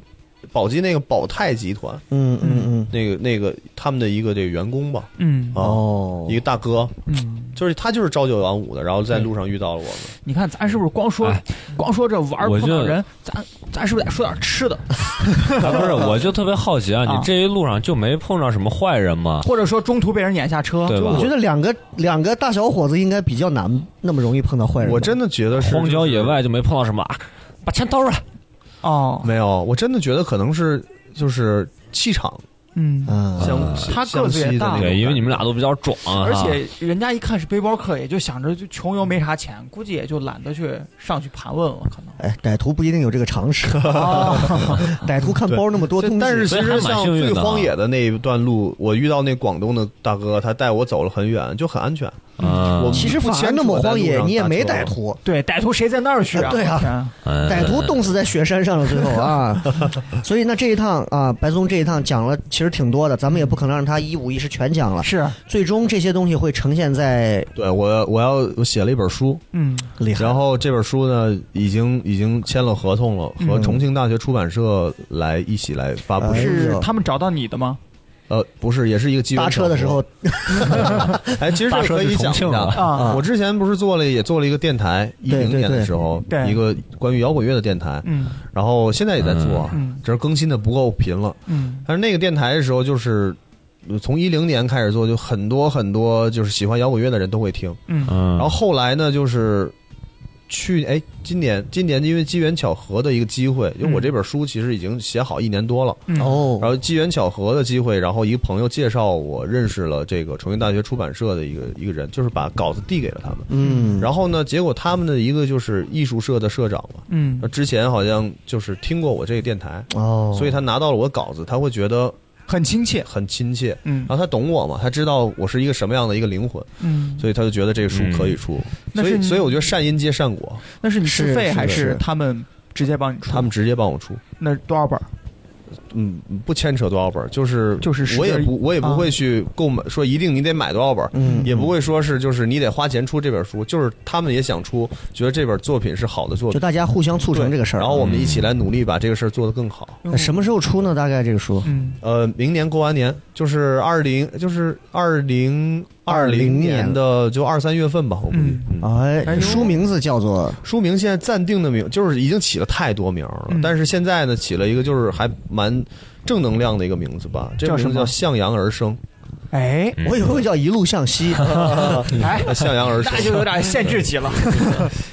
S6: 宝鸡那个宝泰集团
S3: 嗯嗯嗯，
S6: 那个那个他们的一个这个员工吧，
S4: 嗯
S6: 啊
S3: 哦
S6: 一个大哥，
S4: 嗯，
S6: 就是他就是朝九晚五的，然后在路上遇到了我们。
S4: 你看咱是不是光说
S5: 哎
S4: 光说这玩儿
S5: 我
S4: 碰到
S5: 就
S4: 人，咱咱是不是得说点吃的，
S5: 哎不是，我就特别好奇啊，
S4: 啊
S5: 你这一路上就没碰上什么坏人吗？
S4: 或者说中途被人撵下车？
S5: 对吧
S3: 我觉得两个两个大小伙子应该比较难那么容易碰到坏人吧。
S6: 我真的觉得是
S5: 荒郊野外就没碰到什么啊，把钱掏出来。
S4: 哦，
S6: 没有，我真的觉得可能是就是气场
S4: 嗯，
S3: 啊，
S6: 呃相
S5: 嗯
S4: 他个子也大啊
S5: 对，因为你们俩都比较壮啊，
S4: 而且人家一看是背包客，也就想着就穷游没啥钱，估计也就懒得去上去盘问了，可 能。哦
S3: 哎，歹徒不一定有这个常识， 歹徒看包那么多东西，
S6: 但是其
S5: 所
S6: 实
S5: 以还
S6: 像
S5: 蛮幸运的
S6: 最
S5: 啊
S6: 荒野的那一段路，我遇到那广东的大哥，他带我走了很远，就很安全。
S5: 嗯
S6: 我
S3: 其实反而那么荒野，你也没歹徒，
S4: 对，歹徒谁在那儿去 啊？
S3: 啊对啊
S4: 啊，
S5: 嗯
S3: 歹徒冻死在雪山上了，最后啊，所以那这一趟啊，白松这一趟讲了其实挺多的，咱们也不可能让他一五一十全讲了，
S4: 是，
S3: 最终这些东西会呈现在
S6: 对我，我要我写了一本书，
S4: 嗯，
S3: 厉害
S6: 然后这本书呢，已经已经签了合同了，和重庆大学出版社来一起来发布
S3: 哎。呦
S4: 是他们找到你的吗？
S6: 呃，不是，也是一个机缘
S3: 搭车的时候，
S6: 巧合，哎，其实这个可
S5: 搭车去
S6: 以讲一
S5: 重庆了
S6: 下。
S4: 啊
S6: 我之前不是做了，也做了一个电台，一
S3: 对
S6: 零
S3: 对
S6: 年的
S3: 对
S6: 时候，
S4: 对
S6: 一个关于摇滚乐的电台，
S4: 嗯
S6: 然后现在也在做，
S4: 嗯嗯
S6: 只是更新的不够频了。
S4: 嗯
S6: 但是那个电台的时候，就是呃从一零年开始做，就很多很多就是喜欢摇滚乐的人都会听。
S4: 嗯
S5: 嗯，
S6: 然后后来呢，就是去哎，今年今年因为机缘巧合的一个机会，因为我这本书其实已经写好一年多了，
S4: 嗯
S3: 哦
S6: 然后机缘巧合的机会，然后一个朋友介绍我认识了这个重庆大学出版社的一个一个人，就是把稿子递给了他们，
S3: 嗯，
S6: 然后呢，结果他们的一个就是艺术社的社长嘛，
S4: 嗯
S6: 那之前好像就是听过我这个电台，
S3: 哦，
S6: 所以他拿到了我稿子，他会觉得
S4: 很亲切，
S6: 很亲切，
S4: 嗯
S6: 然后他懂我嘛，他知道我是一个什么样的一个灵魂，
S4: 嗯，
S6: 所以他就觉得这个书可以出，
S4: 那
S6: 所
S4: 是
S6: 以
S4: 你
S6: 所以我觉得善因接善果，
S4: 那是你自
S3: 是
S4: 费
S3: 是
S4: 还
S3: 是
S4: 他们直接帮你出？
S6: 他们直接帮我出，
S4: 那多少本儿？
S6: 嗯，不牵扯多少本儿，就是
S4: 就是实
S6: 我也
S4: 际
S6: 不我也不会去购买，说一定你得买多少本儿，
S3: 嗯
S6: 也不会说是就是你得花钱出这本书，就是他们也想出，觉得这本作品是好的作
S3: 就
S6: 品，
S3: 大家互相促成
S6: 对
S3: 这个事儿。
S6: 然后我们一起来努力把这个事儿做得更好。
S3: 那什么时候出呢？大概这个书
S4: 嗯，
S6: 呃，明年过完年就是二零，就是二零二零年的就二三月份吧，我估计。嗯
S4: 哎
S3: 哎，
S4: 呦
S3: 书名字叫做
S6: 书名现在暂定的名就是已经起了太多名了，
S4: 嗯
S6: 但是现在呢起了一个就是还蛮正能量的一个名字吧，这
S4: 叫
S6: 个名
S4: 什
S6: 字
S4: 么
S6: 叫向阳而生，
S4: 哎，
S3: 我以为会叫一路向西，
S4: 哎，
S6: 向阳而生，
S4: 那就有点限制级了。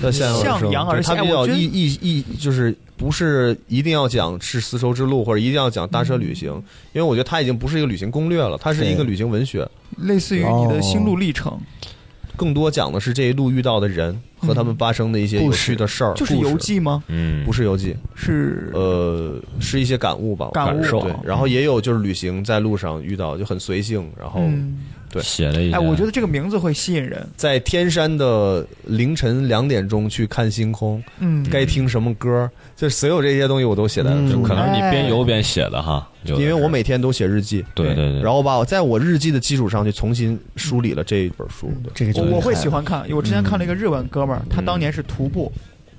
S6: 叫向阳而 生，
S4: 向阳而生
S6: 就是它比
S4: 哎我
S6: 较
S4: 觉得
S6: 意意意就是不是一定要讲是丝绸之路或者一定要讲搭车旅
S4: 嗯
S6: 行，因为我觉得它已经不是一个旅行攻略了，它是一
S3: 对
S6: 个旅行文学。
S4: 类似于你的心路历程，
S6: 更多讲的是这一路遇到的人和他们发生的一些有趣的事儿，
S4: 嗯就是
S6: 故事
S4: 游，记吗？
S5: 嗯，
S6: 不是游记，
S4: 是
S6: 呃，是一些感悟吧，
S4: 感悟
S5: 受
S6: 对，然后也有就是旅行在路上遇到就很随性，然后
S4: 嗯，
S6: 对
S5: 写了一些。
S4: 哎，我觉得这个名字会吸引人。
S6: 在天山的凌晨两点钟去看星空，
S4: 嗯，
S6: 该听什么歌，就所有这些东西我都写在了
S3: 嗯
S6: 书
S5: 可
S6: 上，
S5: 能是你
S4: 哎
S5: 边游边写的哈，有的
S6: 因为
S5: 是
S6: 我每天都写日记，
S5: 对对对
S6: 然后我把我在我日记的基础上去重新梳理了这一本书，
S4: 嗯
S6: 对
S3: 这个就
S4: 我我会
S3: 厉害
S4: 喜欢看。我之前看了一个日本哥们儿，他当年是徒步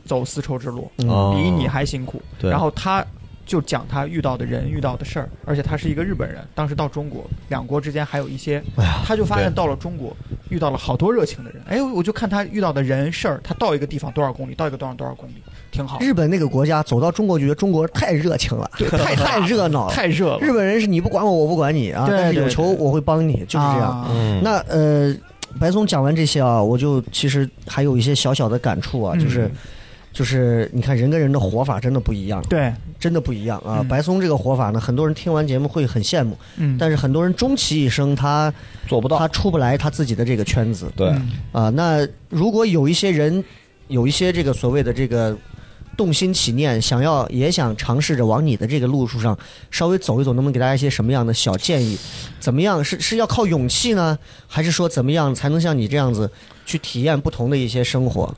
S4: 走丝绸之路，
S6: 哦
S4: 比你还辛苦。
S6: 对
S4: 然后他就讲他遇到的人、遇到的事儿，而且他是一个日本人，当时到中国，两国之间还有一些，他就发现
S6: 哎对
S4: 到了中国遇到了好多热情的人。哎，我就看他遇到的人事儿，他到一个地方多少公里，到一个多少多少公里，挺好。
S3: 日本那个国家，走到中国就觉得中国太热情了，
S4: 对太
S3: 太热闹了。
S4: 太热了，
S3: 日本人是你不管我，我不管你啊，
S4: 对
S3: 但是有
S4: 对
S3: 求我会帮你，就是这样。
S4: 啊
S5: 嗯
S3: 那呃，白松讲完这些啊，我就其实还有一些小小的感触啊，
S4: 嗯
S3: 就是。就是你看人跟人的活法真的不一样，
S4: 对，
S3: 真的不一样啊！
S4: 嗯
S3: 白松这个活法呢，很多人听完节目会很羡慕，
S4: 嗯，
S3: 但是很多人终其一生他
S7: 做不到
S3: 他。出不来他自己的这个圈子
S7: 对，
S4: 嗯
S3: 啊。那如果有一些人有一些这个所谓的这个动心起念，想要也想尝试着往你的这个路数上稍微走一走，能不能给大家一些什么样的小建议？怎么样是是要靠勇气呢，还是说怎么样才能像你这样子去体验不同的一些生活？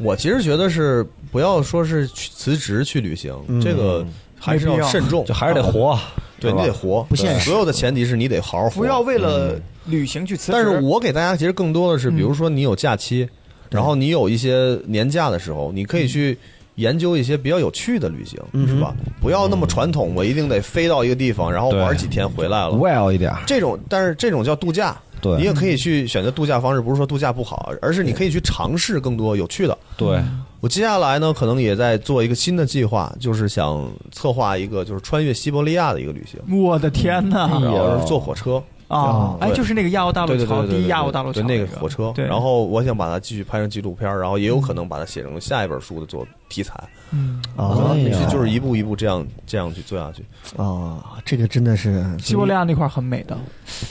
S6: 我其实觉得是不要说是去辞职去旅行，这个还是
S4: 嗯没必
S6: 要
S4: 要
S6: 慎重，
S7: 就还是得
S6: 啊，
S7: 活，
S6: 对
S7: 是
S6: 你
S7: 吧
S6: 得活，
S3: 不现实
S6: 对所有的前提是你得好好活，
S4: 不要。为了旅行去辞职。
S6: 嗯但是我给大家其实更多
S7: 嗯
S6: 的是，比如说你有假期，然后你有一些年假的时候，你可以去。
S7: 嗯
S6: 研究一些比较有趣的旅行，是吧？不要那么传统，我一定得飞到一个地方，然后
S7: 对
S6: 玩几天回来了。
S7: well 一点儿。
S6: 这种，但是这种叫度假，
S7: 对
S6: 你也可以去选择度假方式，不是说度假不好，而是你可以去尝试更多有趣的。
S7: 对，
S6: 我接下来呢，可能也在做一个新的计划，就是想策划一个就是穿越西伯利亚的一个旅行，
S4: 我的天呐！
S7: 哦
S6: 然后是坐火车，
S4: 啊，哎，
S6: 嗯对
S4: 就是那个亚欧大
S6: 对
S4: 陆
S6: 对
S4: 桥
S6: 对
S4: 第
S6: 对，
S4: 一亚欧大陆桥
S6: 对那个火车。
S4: 对，
S6: 然后我想把它继续拍成纪录片，然后也有可能把它写成下一本书的作题材，
S4: 嗯，
S3: 啊
S7: 哎呀
S6: 就是一步一步这样这样去做下去。
S3: 啊，这个真的是
S4: 西伯利亚那块儿很美的，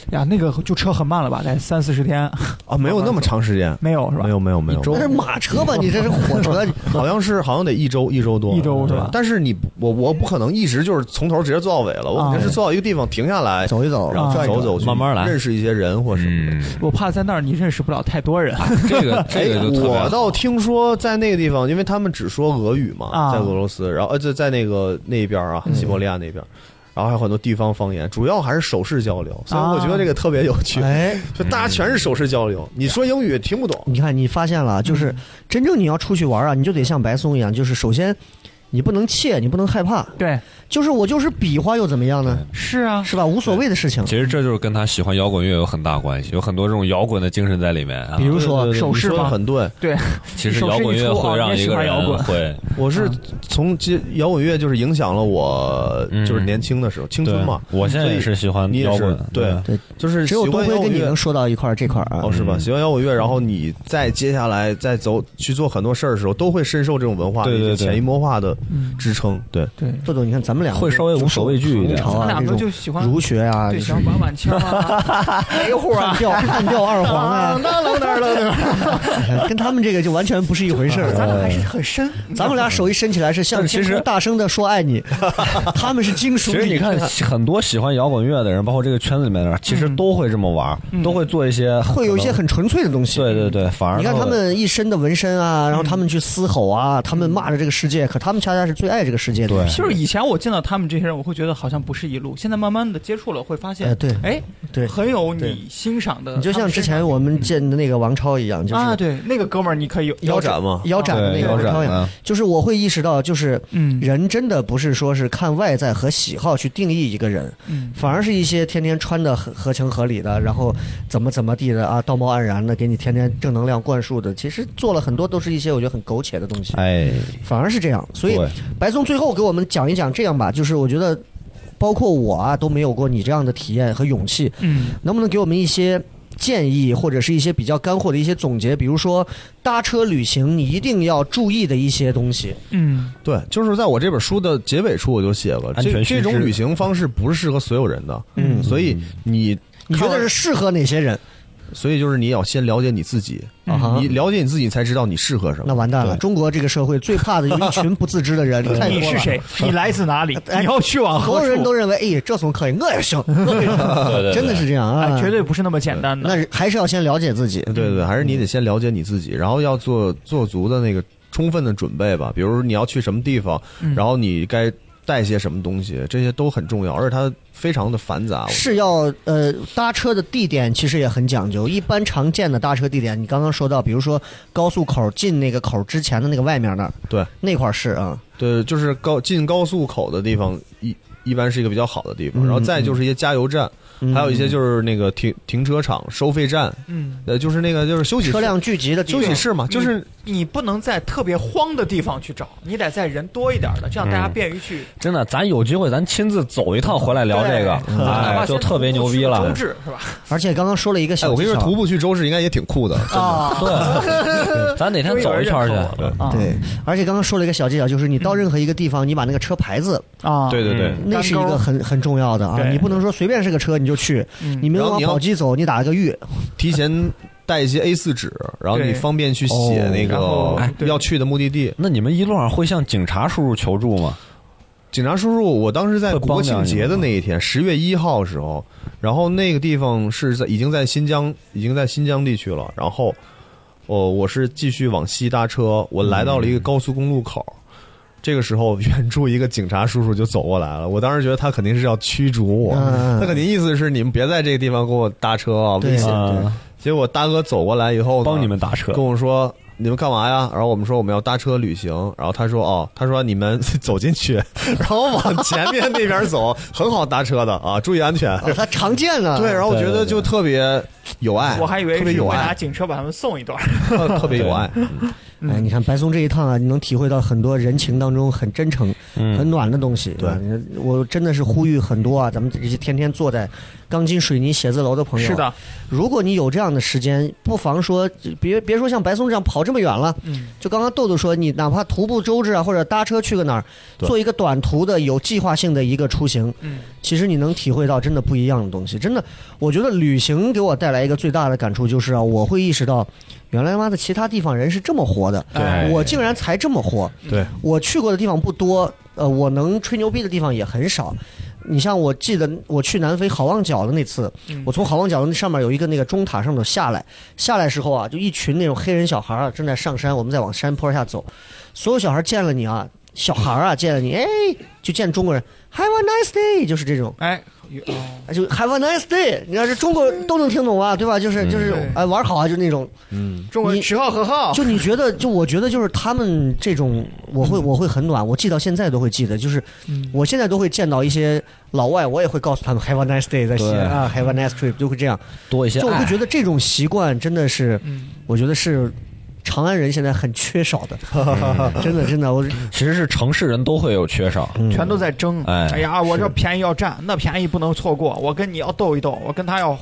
S4: 呀，那个就车很慢了吧，得三四十天
S6: 啊，没有那么长时间，
S4: 没有是吧？
S6: 没有没有没有，
S3: 那 是哎马车吧？你这是火 车，
S6: 好像是好像得一周一周多
S4: 一周是
S6: 对
S4: 吧
S6: 但是你不我我不可能一直就是从头直接做到尾了，我肯
S4: 啊
S6: 定是做到一个地方停下来，
S3: 走一走，
S6: 然后
S3: 转一
S6: 啊走
S3: 转
S6: 走去
S5: 慢慢来
S6: 认识一些人或什么的。
S5: 嗯，
S4: 我怕在那儿你认识不了太多人。
S5: 这个这个就特别
S6: 哎我
S5: 好
S6: 倒听说在那个地方，因为他们只说俄语嘛，
S4: 啊
S6: 在俄罗斯，然后呃，在在那个那边啊，
S3: 嗯
S6: 西伯利亚那边，然后还有很多地方方言，主要还是手势交流，所以我觉得这个特别有趣，
S3: 啊哎，
S6: 就大家全是手势交流，你说英语听不懂，
S3: 你看，你发现了啊，就是真正你要出去玩啊，你就得像白松一样，就是首先你不能怯，你不能害怕，
S8: 对，
S3: 就是我就是比划又怎么样呢？
S8: 是啊，
S3: 是吧？无所谓的事情。
S5: 其实这就是跟他喜欢摇滚乐有很大关系，有很多这种摇滚的精神在里面啊
S3: 比。如说
S6: 对对对
S8: 手势
S6: 你说的
S8: 吗
S6: 很对，
S8: 对，
S5: 其实摇滚乐会
S3: 哦
S5: 让一个人会，
S6: 我
S3: 啊
S6: 是从其实摇滚乐就是影响了我，
S5: 嗯
S6: 就是年轻的时候，青春嘛。
S5: 我现在也
S6: 所以
S5: 是喜欢
S6: 你也
S5: 摇
S6: 是
S5: 滚，
S6: 对
S3: 对，
S6: 就是
S3: 只有
S6: 喜
S3: 多
S6: 欢
S3: 亏
S6: 摇
S3: 跟
S6: 滚
S3: 你
S6: 乐
S3: 能说到一块儿这块儿啊。
S6: 哦，是
S5: 嗯
S6: 吧？喜欢摇滚乐，然后你再接下来再走去做很多事儿的时候，都会深受这种文化的
S5: 对对
S6: 一些
S5: 对
S6: 潜移默化的
S3: 嗯
S6: 支撑。对，
S8: 对，
S3: 豆豆，你看咱们俩
S7: 会稍微无所畏惧一点
S3: 唐朝
S8: 咱俩
S3: 啊，这
S8: 都
S3: 种
S8: 就喜欢
S3: 儒学啊，
S8: 对，
S3: 就是
S8: 喜欢玩晚枪啊，黑户
S3: 汉
S8: 啊，
S3: 调汉 调二黄啊，跟他们这个就完全不是一回事儿。
S8: 咱
S4: 呃
S8: 们还是很深，
S3: 咱们俩手一伸起来是向
S5: 但其
S3: 天
S5: 实
S3: 空大声的说爱你，他们是经书
S5: 其实你
S3: 里
S5: 看，很多喜欢摇滚乐的人，包括这个圈子里面的人，其实都会这么玩，
S3: 嗯
S5: 都会做一些，
S3: 会有一些很纯粹的东西。
S5: 对对对，反而
S3: 你看他
S5: 会
S3: 们一身的纹身啊，然后他们去嘶吼啊，他们骂着这个世界，可他们恰恰是最爱这个世界的。
S5: 对
S8: 就是以前我见到他们这些人，我会觉得好像不是一路，现在慢慢的接触了，会发现，
S3: 哎对
S8: 哎，
S3: 对
S8: 很有
S3: 对
S8: 你欣赏的。
S3: 你就像之前我们见的那个王超一样，就是
S8: 啊，对，那个哥们儿，你可以有
S3: 腰
S6: 斩嘛
S3: 腰斩的那
S5: 对
S3: 个
S5: 腰
S3: 王超一
S5: 斩
S3: 样，
S5: 啊，
S3: 就是我会意识到，就是
S8: 嗯
S3: 人真的不是说是看外在和喜好去定义一个人，
S8: 嗯
S3: 反而是一些天天穿的合合情合理的，然后怎么怎么地的啊，道貌岸然的，给你天天正能量灌输的，其实做了很多都是一些我觉得很苟且的东西，
S5: 哎，
S3: 反而是这样。所以
S5: 对，
S3: 白松最后给我们讲一讲，这样吧，就是我觉得，包括我啊都没有过你这样的体验和勇气，
S8: 嗯，
S3: 能不能给我们一些建议，或者是一些比较干货的一些总结？比如说搭车旅行，你一定要注意的一些东西。
S8: 嗯，
S6: 对，就是在我这本书的结尾处我就写了，
S5: 安
S6: 这
S5: 全须
S6: 这种
S5: 知
S6: 旅行方式不是适合所有人的。
S3: 嗯
S6: 所以你
S3: 你觉
S6: 看
S3: 得
S6: 完
S3: 是适合哪些人？
S6: 所以就是你要先了解你自己，
S3: 啊哈
S6: 你了解你自己，你才知道你适合什
S3: 那
S6: 么。
S3: 完蛋了！
S6: 对
S3: 中国这个社会最怕的有一群不自知的人，太多
S8: 你是？
S3: 了
S8: 谁？你来自哪里？你要去往何处？
S3: 所有人都认为，哎，这怂可以，我也 行，我也行真的是这样啊！
S8: 哎，绝。对不是那么简单的。
S3: 那是还是要先了解自己。
S6: 对对对，还是
S3: 嗯
S6: 你得先了解你自己，然后要做做足的那个充分的准备吧。比如说你要去什么地方，
S3: 嗯
S6: 然后你该带些什么东西，这些都很重要，而且它非常的繁啊杂。我
S3: 是要呃搭车的地点其实也很讲究，一般常见的搭车地点，你刚刚说到，比如说高速口进那个口之前的那个外面那儿，
S6: 对
S3: 那块儿是啊，
S6: 对，就是高进高速口的地方一一般是一个比较好的地方，
S3: 嗯
S6: 然后再就是一些加油站，
S3: 嗯
S6: 还有一些就是那个停停车场、收费站，
S8: 嗯，
S6: 呃，就是那个就是休息室
S3: 车辆聚集的地
S6: 休
S3: 方嗯
S6: 息室嘛，就是
S8: 你不能在特别荒的地方去找，你得在人多一点的，这样大家便于去。
S5: 真的，咱有机会咱亲自走一趟回来聊这个，
S8: 对哪
S5: 哎
S3: 嗯
S4: 嗯
S8: 怕，
S5: 就
S8: 先
S5: 特别牛逼了
S8: 充。值是吧？
S3: 而且刚刚说了一个
S6: 哎，
S3: 小
S6: 我
S3: 技
S6: 跟你
S3: 巧，哦
S6: 说，徒步去周市应该也挺酷的，真的。
S5: 对，咱哪天走
S8: 终
S5: 一圈
S8: 于有人
S3: 嗯
S8: 认
S5: 去？
S8: 啊
S4: 嗯
S3: 对，
S6: 嗯
S3: 而且刚刚说了一个小技巧，就是你到任何一个地方，你把那个车牌子，
S8: 啊，
S6: 对对对，
S3: 那是一
S8: 单
S3: 个
S8: 钩
S3: 很很重要的啊，
S8: 对
S3: 你不能说随便是个车你就去，你没有
S6: 嗯然后
S3: 往
S6: 你要
S3: 宝鸡走，你打了个玉，
S6: 提前带一些 A 四纸，然后你
S8: 对
S6: 方便去写那
S8: 然后哎
S6: 个
S8: 对
S6: 要去的目的地。
S5: 那你们一路上会向警察叔叔求助吗？
S6: 警察叔叔，我当时在
S5: 会帮
S6: 国庆
S5: 着你
S6: 节的那一天，十月一号时候，然后那个地方是在已经在新疆，已经在新疆地区了。然后，哦，我是继续往西搭车，我来到了一个高速公路口。这个时候，远处一个警察叔叔就走过来了。我当时觉得他肯定是要驱逐我，
S3: 嗯
S6: 他肯定意思是你们别在这个地方给我搭车啊，
S3: 对
S6: 危险。
S5: 啊，
S6: 结果大哥走过来以后呢，
S5: 帮你们打车
S6: 跟。我说你们干嘛呀？然后我们说我们要搭车旅行。然后他说哦，他说你们 走进去，然后往前面那边走，很好搭车的啊，注意安 全。
S3: 啊他常见了，
S6: 对，然后我觉得就特别有爱，
S3: 哎
S8: 我还以为
S6: 特别
S8: 是
S6: 有
S8: 会拿
S6: 爱，
S8: 警车把他们送一段。
S6: 特特别有爱。
S3: 哎，你看白松这一趟啊，你能体会到很多人情当中很真诚、
S5: 嗯
S8: 嗯
S3: 很暖的东西。
S6: 对
S3: 啊，你我真的是呼吁很多啊，咱们这些天天坐在钢筋水泥写字楼的朋友，啊
S8: 是，的，
S3: 如果你有这样的时间，不妨说，别别说像白松这样跑这么远了，
S8: 嗯，
S3: 就刚刚豆豆说，你哪怕徒步周至啊，或者搭车去个哪儿，
S6: 对
S3: 做一个短途的有计划性的一个出行，
S8: 嗯，
S3: 其实你能体会到真的不一样的东西。真的，我觉得旅行给我带来一个最大的感触就是啊，我会意识到，原来妈的其他地方人是这么活的，
S8: 哎
S3: 我竟然才这么活。
S6: 对，
S3: 我去过的地方不多，呃，我能吹牛逼的地方也很少。你像我记得我去南非好望角的那次，
S8: 嗯
S3: 我从好望角的那上面有一个那个钟塔上面下来，下来时候啊，就一群那种黑人小孩啊正在上山，我们在往山坡下走，所有小孩见了你啊，小孩啊见了你，哎，就见中国人， Have a nice day，就是这种，
S8: 哎，
S4: 呃
S8: 哦
S3: 就 Have a nice day。你要是中国都能听懂啊，对吧？就是就是
S8: 对
S3: 哎玩好啊，就那种。
S4: 中
S3: 你
S4: 文十号和号，
S3: 就你觉得，就我觉得就是他们这种，我会我会很暖，我记到现在都会记得，就是我现在都会见到一些老外，我也会告诉他们 Have a nice day，在西安啊，Have a nice trip，就会这样。
S7: 多一些
S3: 就
S5: 哎
S3: 我会
S7: 爱。
S3: 觉得这种习惯真的是，
S8: 嗯
S3: 我觉得是长安人现在很缺少的，嗯真的真的，我
S5: 嗯
S7: 其实是城市人都会有缺少，
S3: 嗯
S4: 全都在争。
S7: 哎
S4: 哎呀，我
S7: 是
S4: 这便宜要占，那便宜不能错过。我跟你要斗一斗，我跟他要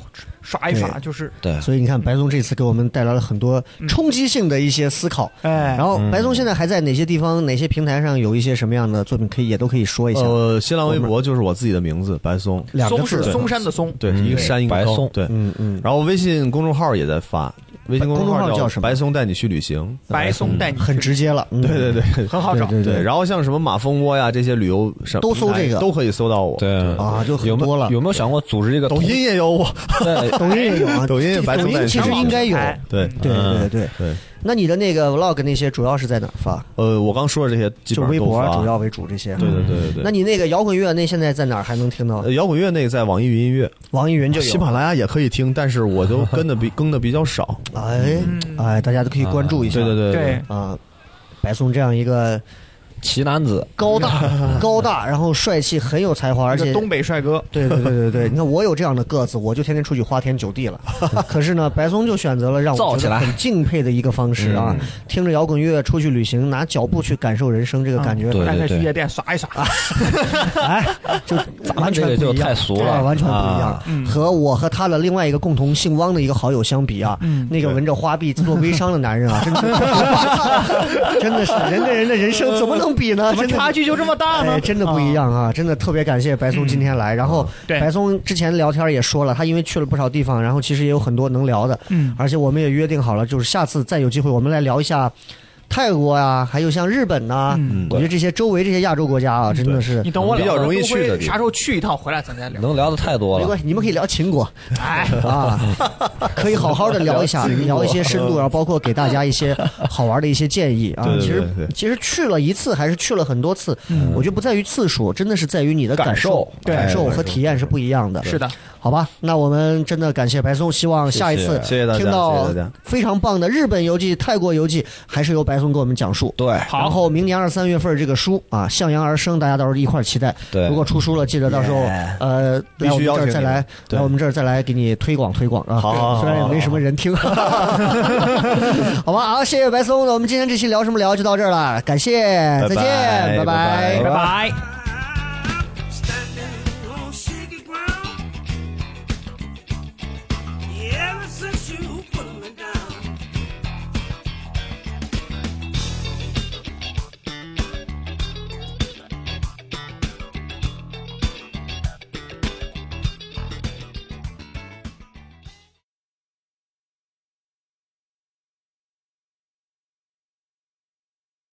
S4: 耍一耍，
S3: 对
S4: 就是
S7: 对，
S3: 所以你看白松这次给我们带来了很多冲击性的一些思考。
S4: 哎
S3: 然，后白松现在还在哪些地方、哪些平台上有一些什么样的作品，可以也都可以说一下。
S6: 呃，新浪微博就是我自己的名字白松，
S3: 两个
S4: 松
S3: 字
S4: 是嵩山的松，
S6: 对，
S7: 嗯
S6: 一个山一个
S7: 白
S6: 沟
S7: 松
S6: 对，
S3: 嗯嗯，
S6: 然后微信公众号也在发，微信
S3: 公众号
S6: 号
S3: 叫什么
S6: 白松带你去旅行。
S4: 白松带你
S3: 很直接了。嗯
S6: 对对对，
S4: 很好找。
S3: 对
S6: 对，然后像什么马蜂窝呀这些旅游什么
S3: 都搜这个
S6: 都可以搜到我。
S7: 对
S3: 啊，
S5: 哦
S3: 就很
S7: 有没
S3: 多了
S7: 有。有没有想过组织一个
S6: 抖音也有我。
S7: 对
S3: 抖音 也有啊，
S6: 抖音也白
S3: 抖
S6: 松带
S3: 音
S6: 你
S3: 其
S6: 去
S3: 实
S6: 旅行
S3: 应该有。
S4: 哎
S6: 对
S3: 嗯
S6: 嗯
S3: 对对对对，
S6: 对，
S3: 那你的那个 vlog 那些主要是在哪儿发？
S6: 呃，我刚说的这些基
S3: 就
S6: 本上
S3: 微
S6: 都
S3: 博
S6: 发。
S3: 主要为主这些。
S6: 对对对对对。
S3: 那你那个摇滚乐那现在在哪儿还能听到
S6: 呃？摇滚乐那个在网易云音乐、
S3: 网易云就
S6: 喜
S3: 有。
S6: 马拉雅也可以听，但是我都跟 的比更的比较少。
S3: 哎哎，大家都可以关注一下。
S6: 对对对
S8: 对，
S3: 啊，白松这样一个
S7: 奇男子，
S3: 高 大高大，然后帅气，很有才华，而
S4: 而
S3: 且
S4: 且东北帅哥，
S3: 对对对对对，你看我有这样的个子，我就天天出去花天酒地了。可是呢，白松就选择了让我
S7: 造
S3: 觉
S7: 起
S3: 得
S7: 来
S3: 很敬佩的一个方式啊，听着摇滚乐出去旅行，拿脚步去感受人生，这个感觉，
S7: 对
S4: 带
S7: 对
S4: 他去
S7: 对
S4: 夜店耍一耍。
S3: 啊哎，就完全
S7: 这
S3: 不
S7: 个
S3: 一
S7: 就
S3: 样
S7: 太俗了
S3: 对完全不一样。哎和我和他的另外一个共同姓汪的一个好友相比啊，那个闻着花臂做微商的男人啊，真的是， 真的是人跟人的人生怎么能比呢？
S4: 怎么
S3: 真的
S4: 差距就这么大呢
S3: 哎，？真的不一样啊！真的特别感谢白松今天来。然后
S4: 哦嗯对
S3: 白松之前聊天也说了，他因为去了不少地方，然后其实也有很多能聊的。
S4: 嗯
S3: 而且我们也约定好了，就是下次再有机会，我们来聊一下泰国呀、还有像日本呐、
S4: 嗯
S3: 我觉得这些周围这些亚洲国家啊，真的是
S8: 哦你等我
S6: 比较
S8: 了
S6: 容易
S8: 都
S6: 去的
S8: 会
S6: 地方
S8: 啥时候去一趟回来咱再聊。
S7: 能聊的太多
S3: 没
S7: 了
S3: 关。系，你们可以聊秦国，哎 啊，可以好好的聊一下，聊一些深度，然后包括给大家一些好玩的一些建议啊。
S6: 呃对对
S3: 其实
S6: 对对嗯
S3: 其实去了一次还是去了很多次，我觉得不在于次数，真的是在于你的感受、
S6: 受
S3: 感受
S6: 对
S3: 和体验是不一样的。
S8: 是的，
S3: 好吧，那我们真的感谢白松，希望下一次
S6: 谢谢大家
S3: 听到
S6: 谢谢大家
S3: 非常棒的日本游记、泰国游记，还是由白松给我们讲述。
S7: 对，
S3: 然后明年二三月份这个书啊，向阳而生，大家到时候一块儿期待。
S7: 对
S3: 如果出书了，记得到时候呃来我们
S6: 必须
S3: 这
S6: 邀
S3: 儿
S6: 请
S3: 再
S6: 你
S3: 来
S6: 们，对
S3: 来我们这儿再来给你推广推广啊。
S6: 好好好
S3: 虽然也没什么人听， 好吧啊，谢谢白松，那我们今天这期聊什么聊就到这儿了，感谢，再见，
S6: 拜拜
S3: 拜
S6: 拜
S8: 拜拜。